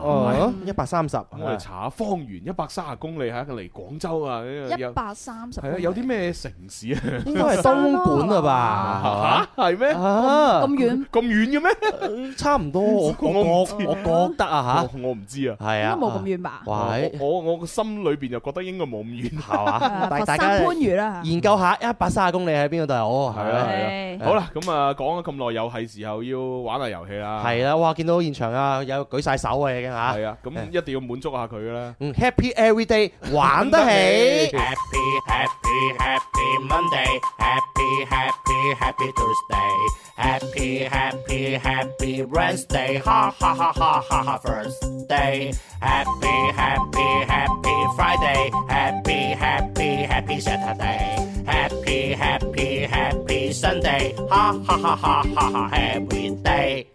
S2: 哦，一百三十，
S1: 嘅，咁我哋查下方圓一百三十公里嚇，嚟廣州啊，
S3: 一
S1: 有
S3: 百三十。
S1: 係啊，有啲咩城市啊？
S2: 應該係東莞啊吧？
S1: 嚇 係咩？
S2: 啊
S3: 咁遠
S1: 咁遠嘅咩？
S2: 差唔多，我我
S1: 知
S2: 我覺得啊
S1: 我我唔知啊。
S2: 嚇，係啊，
S3: 應該冇咁遠吧
S2: 喂，
S1: 我我我個心裏邊就覺得應該冇咁遠。
S2: 係嘛？但
S3: 誒佛
S2: 係
S3: 山
S2: 大家
S3: 番禺啦嚇
S2: 研究下一百三十公里喺邊個度？哦，
S1: 係
S2: 係
S1: 啦
S2: 啦，
S1: 係
S3: 係
S1: 啦。好啦，咁啊講咗咁耐，又係時候要玩下遊戲啦。
S2: 係啦，哇！見到現場啊，有舉晒手啊，已經嚇
S1: 係。啊，咁一定要滿足下佢㗎啦。
S2: 嗯，Happy Every Day 玩得起。
S11: Happy, happy, happy Monday. Happy, happy, happy Tuesday. Happy, happy, happy Wednesday. Ha ha ha ha ha ha Thursday. Happy, happy, happy Friday. Happy, happy, happy Saturday. Happy, happy, happy Sunday. Ha ha ha ha ha ha every day.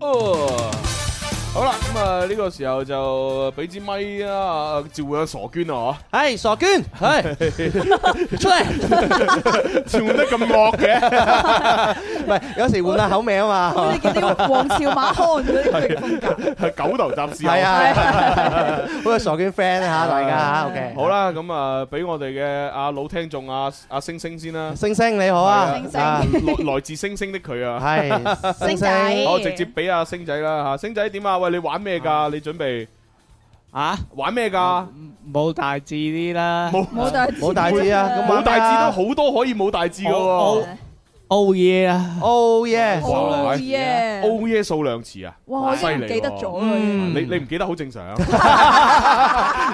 S1: 哦，好啦，咁啊啊，呢個時候就俾支咪啊，召喚阿傻 娟啊，
S2: 係傻 娟，係 出嚟，
S1: 召喚得咁惡嘅，
S2: 唔係有時換下口味啊嘛。
S9: 王朝馬漢嗰啲
S1: 係狗頭雜 事
S2: 係啊，係啊好似傻娟 friend 啊嚇，大家 OK。
S1: 好啦，咁啊，俾我哋嘅阿老聽眾阿阿星星 先啦。
S2: 星星你好啊
S1: 係，
S2: 啊
S1: 來來自星星的 佢啊，
S2: 係星仔
S1: 我直接俾阿星仔啦吓，星仔點啊？喂，你玩咩㗎？你準備
S12: 啊？
S1: 玩咩㗎？
S12: 冇大志啲啦，
S1: 冇
S9: 冇大
S2: 冇大志 啊咁
S1: 冇
S2: 玩咩
S1: 大
S2: 啊
S1: 志都好多可以冇大志㗎喎。
S12: Oh yeah 啊
S2: ，Oh yeah，
S1: 哇
S9: Oh yeah
S1: ，O E 數量詞啊，
S9: 哇我
S1: 犀
S9: 真係唔
S1: 利
S9: 記得
S1: 喎
S3: 啊
S9: 咗啦
S1: 嗯你你唔記得好正 常。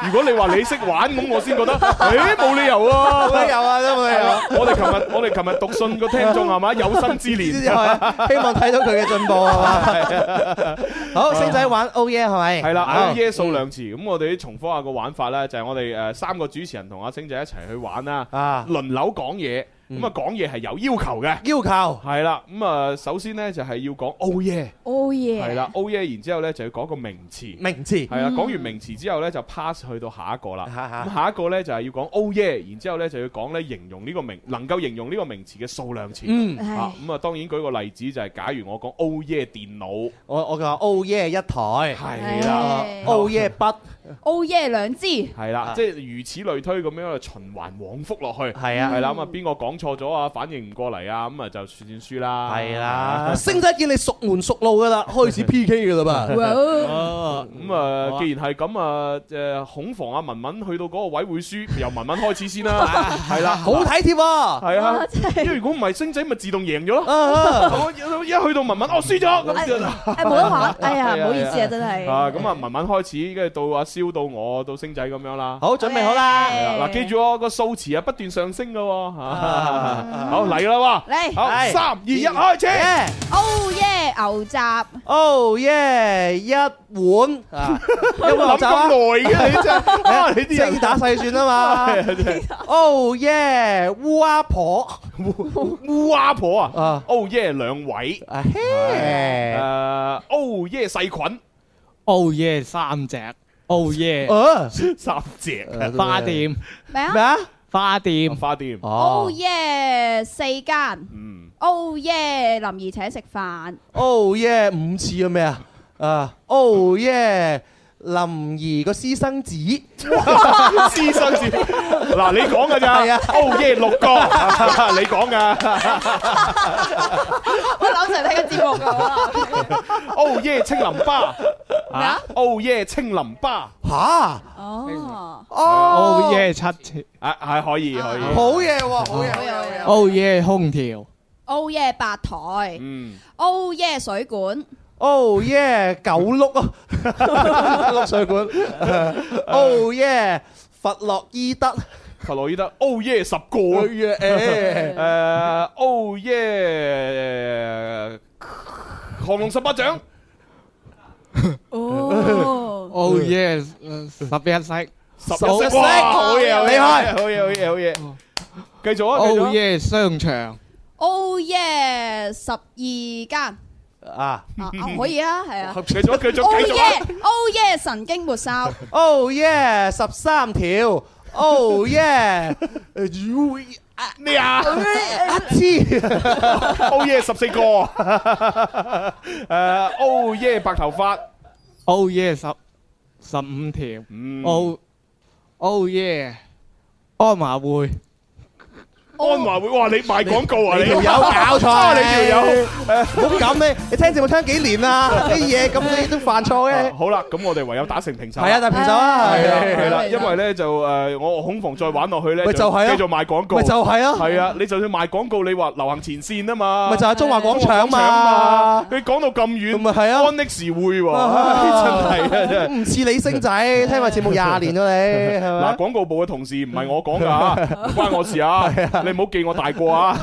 S1: 如果你話你識玩咁，我先覺得，誒冇理由 啊，
S2: 冇理由啊真係冇理由啊
S1: 我哋琴日我哋琴日讀信個聽眾係嘛，有生之年，
S2: 係啊希望睇到佢嘅進步係
S1: 嘛。
S2: 好，星仔玩 Oh yeah 係咪？
S1: 係啦
S2: 好
S1: ，O E 數量詞，咁我哋重複下個玩法啦，就係我哋誒三個主持人同阿星仔一齊去玩啦，
S2: 啊
S1: 輪流講嘢。咁啊，講嘢係有要求嘅，
S2: 要求
S1: 係啦。咁啊，首先呢，就係要講 Oh yeah。
S9: Oh yeah，
S1: 係啦，O 耶，然之後咧就要講個名詞，
S2: 名詞
S1: 係啦，
S9: 嗯
S1: 講完名詞之後咧就 pass 去到下一個啦。咁下一個咧就係要講 O 耶，然之後咧就要講咧形容呢個名，能夠形容呢個名詞嘅數量詞。
S2: 嗯
S1: 啊咁啊，當然舉個例子就係，假如我講 O 耶電腦，
S2: 我我就話 Oh yeah 一台，
S1: 係啦
S2: ，Oh yeah 筆，
S9: Oh yeah 兩支，
S1: 係
S2: 啊
S1: 啦，即係如此類推咁樣循環往復落去。
S2: 係啊
S1: 係啦，咁啊邊個講錯咗啊，反應唔過嚟啊，咁啊就算輸啦。係
S2: 啊星仔見你熟門熟路噶啦，開 始 PK 噶啦噃。
S1: 哦，咁
S2: 好
S1: 啊，
S2: 啊
S1: 既然係咁啊，誒，恐防阿文文去到嗰個位會 輸，由文文開始先啦，係啦，
S2: 好體貼喎
S1: 係啊
S2: 哇真，係
S1: 因為如果唔係星仔咪自動贏咗咯，
S2: 啊
S1: 我一一去到文文，我輸咗咁就，
S9: 誒冇得玩，哎呀
S1: 係
S9: 唔好意思
S1: 係
S9: 啊真係，
S1: 啊，咁啊文文開始，跟住到阿蕭，到我，到星仔咁樣啦，
S2: 好，準備好啦
S1: 係啊嗱，記住哦，個數詞啊不斷上升噶喎，啊 好嚟啦喎，
S9: 嚟
S1: 好
S9: 係
S1: 三二一開始。
S9: Oh yeah 牛雜，
S2: Oh yeah 一碗啊，一碗酒啊
S1: 諗咁耐嘅你真係啊你啲人
S2: 精打細算啊嘛
S1: 係啊真係。
S2: Oh yeah 烏鴉婆，
S1: 烏鴉婆啊，Oh yeah 兩位，
S2: 啊
S1: 誒，Oh yeah 細菌，
S12: ，Oh yeah 三隻，Oh yeah
S1: 三隻
S2: 呃
S12: 花店
S9: 咩啊咩啊？
S12: 花店
S1: 花店
S2: 哦
S1: 嗯
S9: Oh yeah 四間，Oh yeah 林怡請食飯
S2: Oh yeah 五次嘅咩啊？啊 Oh yeah 林兒個私生子，
S1: 私生子嗱你講㗎咋
S2: 係啊
S1: ，Oh yeah 六個， 你講㗎
S9: 我諗成睇緊節目㗎，
S1: ，Oh yeah 青林巴，啊，Oh yeah 青林巴，
S2: 吓，
S3: 啊
S9: 哦
S12: ，Oh yeah 七隻
S1: 啊係可以可以，
S2: 好嘢喎，好嘢，
S12: ，Oh yeah 空調
S9: ，Oh yeah 吧台
S1: 嗯
S9: ，Oh yeah 水管
S2: Oh yeah 九碌啊，碌水管。Oh yeah 佛洛伊德，
S1: 弗洛伊德，Oh yeah 十個
S2: 哎呀
S1: 啊，誒，Oh yeah 降龍十八掌。
S12: ，Oh
S2: Ừ.
S12: yeah 十一式，
S1: 十一式，哇好嘢，好嘢
S12: 厲害
S1: 好嘢，好嘢，好嘢，繼續啊，繼續
S12: ，Oh
S1: 啊
S12: yeah 商場。
S9: ，Oh yeah 十二間。
S2: 啊
S9: 啊啊可以啊，係啊。
S1: 繼續繼續
S9: Oh
S1: 繼續啊
S9: yeah，Oh yeah，神經末梢。
S2: Oh yeah 十三條，Oh yeah 如
S1: 咩啊？
S2: 阿黐
S1: ，Oh yeah 十四個， 誒，Oh yeah 白頭髮，
S12: Oh yeah 十十五條，Oh
S1: Ừ.
S12: Oh yeah 安華會
S1: 安華會，哇你賣廣告啊你，
S2: 條友搞錯
S1: 啊
S2: 啊，
S1: 你條友。
S2: 唔好咁你，你聽節目聽幾年啦，啲嘢咁你都犯錯嘅。
S1: 好啦，咁我哋唯有打成平手。
S2: 係啊打平手啊
S1: 係啊，
S2: 係
S1: 係啦，
S2: 係
S1: 因為咧就誒，我恐防再玩落去咧，
S2: 咪就係啊
S1: 繼續賣廣告，
S2: 咪就係啊
S1: 係啊，你就算賣廣告，你話流行前線啊嘛，
S2: 咪就係中華廣場嘛
S1: 中華廣場嘛，你講到咁遠，咪係啊，安力士會喎，唉 真係啊真係。
S2: 唔似你星仔，聽埋節目廿年咗你，係
S1: 嗱，
S2: 咪？
S1: 廣告部嘅同事唔係我
S2: 啊
S1: 啊講㗎，唔關我事啊！你唔好記我大過啊！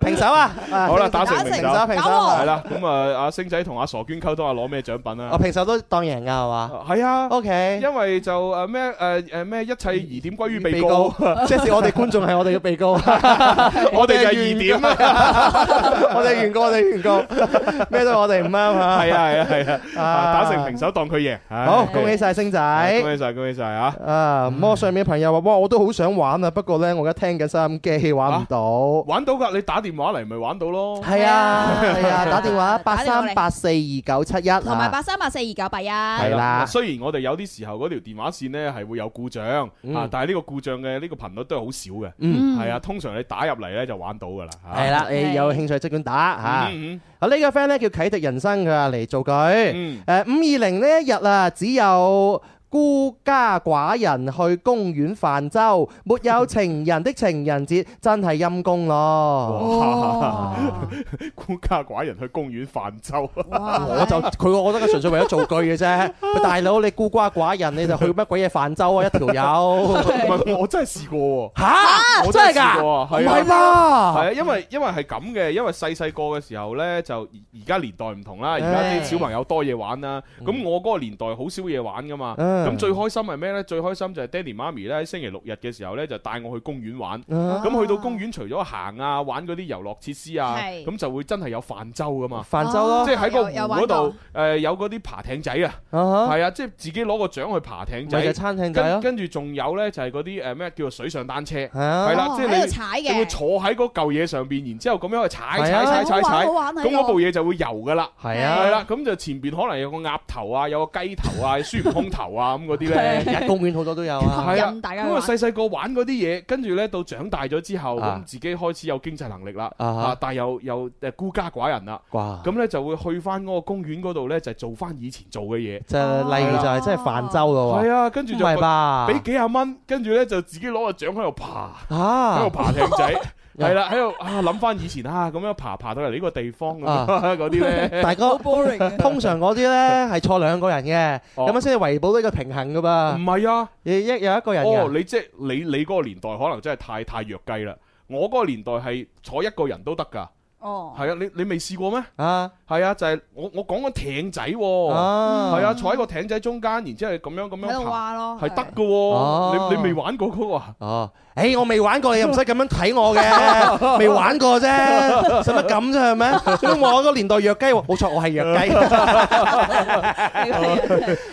S2: 平平手啊！啊
S1: 好啦，打成平手，
S2: 打成平手
S1: 系啦。咁啊，阿星仔同阿傻娟溝通下攞咩獎品啊？
S2: 我平手都當贏㗎係嘛？
S1: 係啊
S2: 哦，OK。
S1: 因為就誒咩誒誒咩一切疑點歸於被
S2: 被 告，
S1: 告
S2: 即係我哋觀眾係我哋嘅 被告，我
S1: 我哋就係疑點啊
S2: 啊我哋原告，我哋原告，咩都係我哋唔啱嚇。
S1: 係啊係啊係啊啊，打成平手當佢贏。唉
S2: 好，恭喜晒星仔！
S1: 恭喜晒，恭喜晒啊！
S2: 啊！咁我上面嘅朋友話：哇，我都好想玩啊，不過咧，我而家聽緊收音機，玩唔到。
S1: 玩到㗎，你打電話嚟咪玩到咯。
S2: 係啊，係啊，打電話八
S3: 打電話
S2: 三
S3: 嚟
S2: 八四二九七一，
S3: 同埋八三八四二九八一。
S2: 係啦
S1: 雖然我哋有啲時候嗰條電話線呢係會有故障啊，但係呢個故障嘅呢個頻率都係好少嘅，
S2: 嗯
S1: 係啊，通常你打入嚟呢就玩到㗎啦。嚇
S2: 係啦，你有興趣即管打嚇。
S1: 嗯
S2: 啊呢個 friend 咧叫啟迪人生，佢話嚟造句。誒
S1: 嗯
S2: 五二零呢一日啊，只有孤家寡人去公園泛舟，沒有情人的情人節，真係陰公 咯。
S1: 孤家寡人去公園泛 舟，
S2: 我就佢，我覺得佢純粹為咗造句 嘅啫。喂大佬，你孤家寡人，你就去乜鬼嘢泛舟啊？一條友。
S1: 唔係我真係試過 喎。
S2: 嚇
S1: 我
S2: 啊真係
S1: 試
S2: 㗎
S1: 過喎係
S2: 唔
S1: 啊，
S2: 係吧
S1: 係啊，因為因為係咁嘅，因為細細個嘅時候呢，就而而家年代唔同啦，而家啲
S2: 唉
S1: 小朋友多嘢玩啦。咁我嗰個年代好少嘢玩噶嘛。
S2: 嗯
S1: 咁最開心係咩呢？最開心就係爹哋媽咪呢，星期六日嘅時候呢，就帶我去公園玩。
S2: 啊
S1: 咁去到公園，除咗行啊，玩嗰啲遊樂設施啊，
S2: 係
S1: 咁就會真係有泛舟噶嘛。
S2: 泛舟咯
S1: 即係喺個
S2: 有有
S1: 湖
S2: 玩過
S1: 嗰度誒有嗰啲爬艇仔啊。
S2: 啊哈
S1: 係啊，即係自己攞個獎去爬艇
S2: 咪就
S1: 仔，
S2: 係餐艇仔咯
S1: 跟跟住仲有咧就係嗰啲誒咩叫做水上單車，係
S2: 啊
S1: 啦
S2: 哦，
S1: 即係
S2: 喺
S1: 你
S2: 度踩嘅
S1: 你會坐喺嗰嚿嘢上邊，然之後咁樣去踩
S2: 係
S1: 踩
S2: 啊
S1: 踩
S2: 好
S1: 踩
S2: 玩
S1: 踩，
S2: 好玩啊
S1: 咁
S2: 呢
S1: 嗰
S2: 個
S1: 部嘢就會遊噶啦，
S2: 係啊
S1: 係啦，咁就前邊可能有個鴨頭啊，有個雞頭啊，孫悟空頭啊咁嗰 啲咧，
S2: 日公園好多都有啊。
S1: 係啊，咁啊細細個玩嗰啲嘢，跟住咧到長大咗之後，咁自己開始有經濟能力啦，
S2: 啊哈啊
S1: 啊，但係又又誒孤家寡人啦，
S2: 哇
S1: 咁咧就會去翻嗰個公園嗰度咧，就係做翻以前做嘅嘢，
S2: 就例如就係真係泛舟咯喎。
S1: 係啊，跟住
S2: 唔
S1: 就
S2: 係吧？
S1: 俾幾廿蚊，跟住咧就自己攞個獎喺度爬，
S2: 啊
S1: 喺度爬艇仔。係啦，喺度啊諗翻以前啊，咁樣爬爬到嚟呢個地方咁
S2: 啊
S1: 樣 嗰啲咧，
S2: 大哥， 通常嗰啲咧係坐兩個人嘅，咁樣先係維保呢個平衡噶噃。
S1: 唔係啊，
S2: 一有一個人
S1: 哦，
S2: 嘅。
S1: 你即係你你嗰個年代可能真係太太弱雞啦，我嗰個年代係坐一個人都得㗎。
S3: 哦，
S1: 係啊，你你未試過咩？
S2: 啊，
S1: 係啊，就係我我講緊艇仔喎，
S2: 啊
S1: 係啊，坐喺個艇仔中間，然之後咁樣咁
S3: 喺
S1: 樣
S3: 度
S1: 爬
S3: 蛙咯
S1: 係得㗎
S2: 哦
S1: 喎，你你未玩過嗰個啊？
S2: 哦，誒，我未玩過，你又唔使咁樣睇 我嘅，未玩過啫，使乜咁啫係咪？ 咁我嗰個年代弱雞喎，冇錯，我係 弱雞。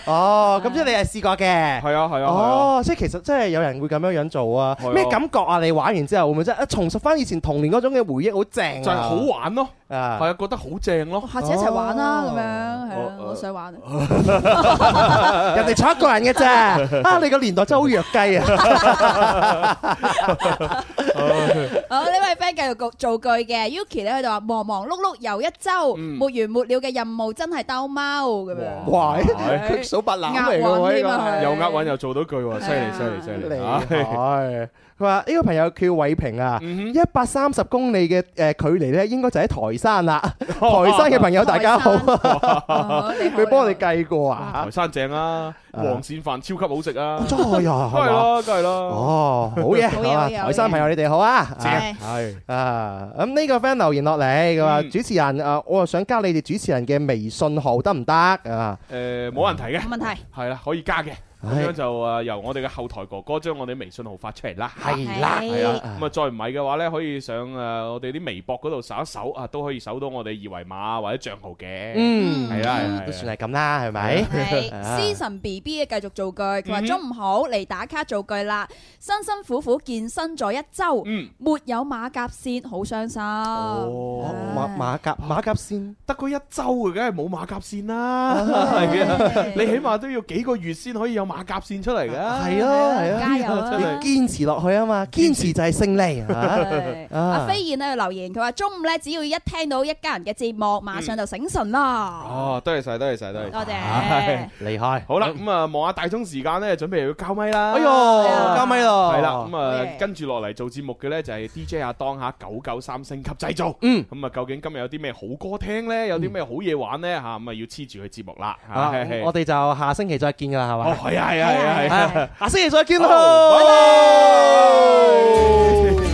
S2: 哦，咁即係你係試過嘅。
S1: 係啊，係啊，係啊。
S2: 哦，即係其實真係有人會咁樣樣做啊！
S1: 係啊
S2: 咩感覺啊？你玩完之後會唔會真係啊重拾翻以前童年嗰種嘅回憶，好正啊
S1: 就係好玩咯，
S2: 係
S1: 啊，覺得好正 咯，
S3: 下次一齊玩啦，咁樣係啊，我想玩。
S2: 啊！人哋坐一個人嘅啫， 啊！你個年代真係好弱雞啊！
S3: 好，呢位 friend 繼續做造句嘅，Yuki 咧佢就話忙忙碌碌又一周，沒完沒了嘅任務真係兜貓咁樣。
S2: 哇！
S1: 佢
S2: 數白 欖
S3: 嚟㗎喎呢個係押韻添啊
S1: 又押韻又做到句喎，犀利犀利犀利！
S2: 厲
S1: 啊
S2: 害！佢話呢個朋友叫偉平啊，
S1: 嗯
S2: 一百三十公里嘅誒距離咧，應該就喺台山 啦。台山嘅朋友大家好， 佢幫我哋計過啊！
S1: 台山正 啊，黃鳝飯超級好食啊！
S2: 真係啊係嘛
S1: 梗係啦，梗係啦。
S2: 哦，好嘢，
S1: 好
S2: 好
S1: 嘢好
S2: 啊！
S1: 嘢
S2: 台山朋友你哋好啊，
S1: 正
S2: 係啊，咁呢個 friend 留言落嚟，佢話主持人啊，我又想加你哋主持人嘅微信號得唔得啊？
S1: 誒冇問題嘅，
S3: 冇問題，
S1: 係啦，可以加嘅。咁樣就誒由我哋嘅後台哥哥將我哋微信號發出嚟啦，
S2: 係啦
S1: 係啊
S2: 係
S1: 咁啊再唔係嘅話咧，可以上誒我哋啲微博嗰度搜一搜啊，都可以搜到我哋二維碼或者帳號嘅。
S2: 嗯，
S1: 係啦，係啦
S2: 都算係咁啦，係 咪？啊
S3: Season B B 繼續造句，佢話
S2: 嗯哼
S3: 中午好嚟打卡造句啦，辛辛苦苦健身咗一周，
S2: 嗯
S1: 嗯
S3: 沒有馬甲線，好傷心。啊
S2: 哦馬馬甲馬甲線
S1: 得嗰一周嘅，梗係冇馬甲線 啦。係啊，你起碼都要幾個月先可以有馬甲線出嚟㗎。
S2: 係
S1: 哎
S2: 啊係啊，
S3: 加油啊
S2: 要堅持落去啊嘛，堅持就係勝利 啊！
S3: 阿
S2: 啊
S3: 飛燕咧留言，佢話中午咧只要一聽到一家人嘅節目，馬上就醒神啦。
S1: 哦，多謝晒，多謝晒，多謝晒。
S2: 啊
S3: 多謝
S1: 唉
S2: 厲害。
S1: 好啦，咁啊，望下大鐘時間咧，準備要交咪
S2: 嗯
S1: 啦。
S2: 哎呦交咪咯
S1: 係啦，咁啊，
S2: Yeah
S1: 跟住落嚟做節目嘅咧就係 DJ 阿當下九九三星級製造。
S2: 嗯，
S1: 咁啊，究竟今日有啲咩好歌聽咧？有啲咩好嘢玩咧？吓，咁啊，要黐住佢節目啦。
S2: 啊
S1: 係係
S2: 我哋啊就下星期再見㗎啦，係嘛？
S1: 哦係啊係啊係啊係啊
S2: 下星期再見
S1: 好
S2: 啦，拜拜。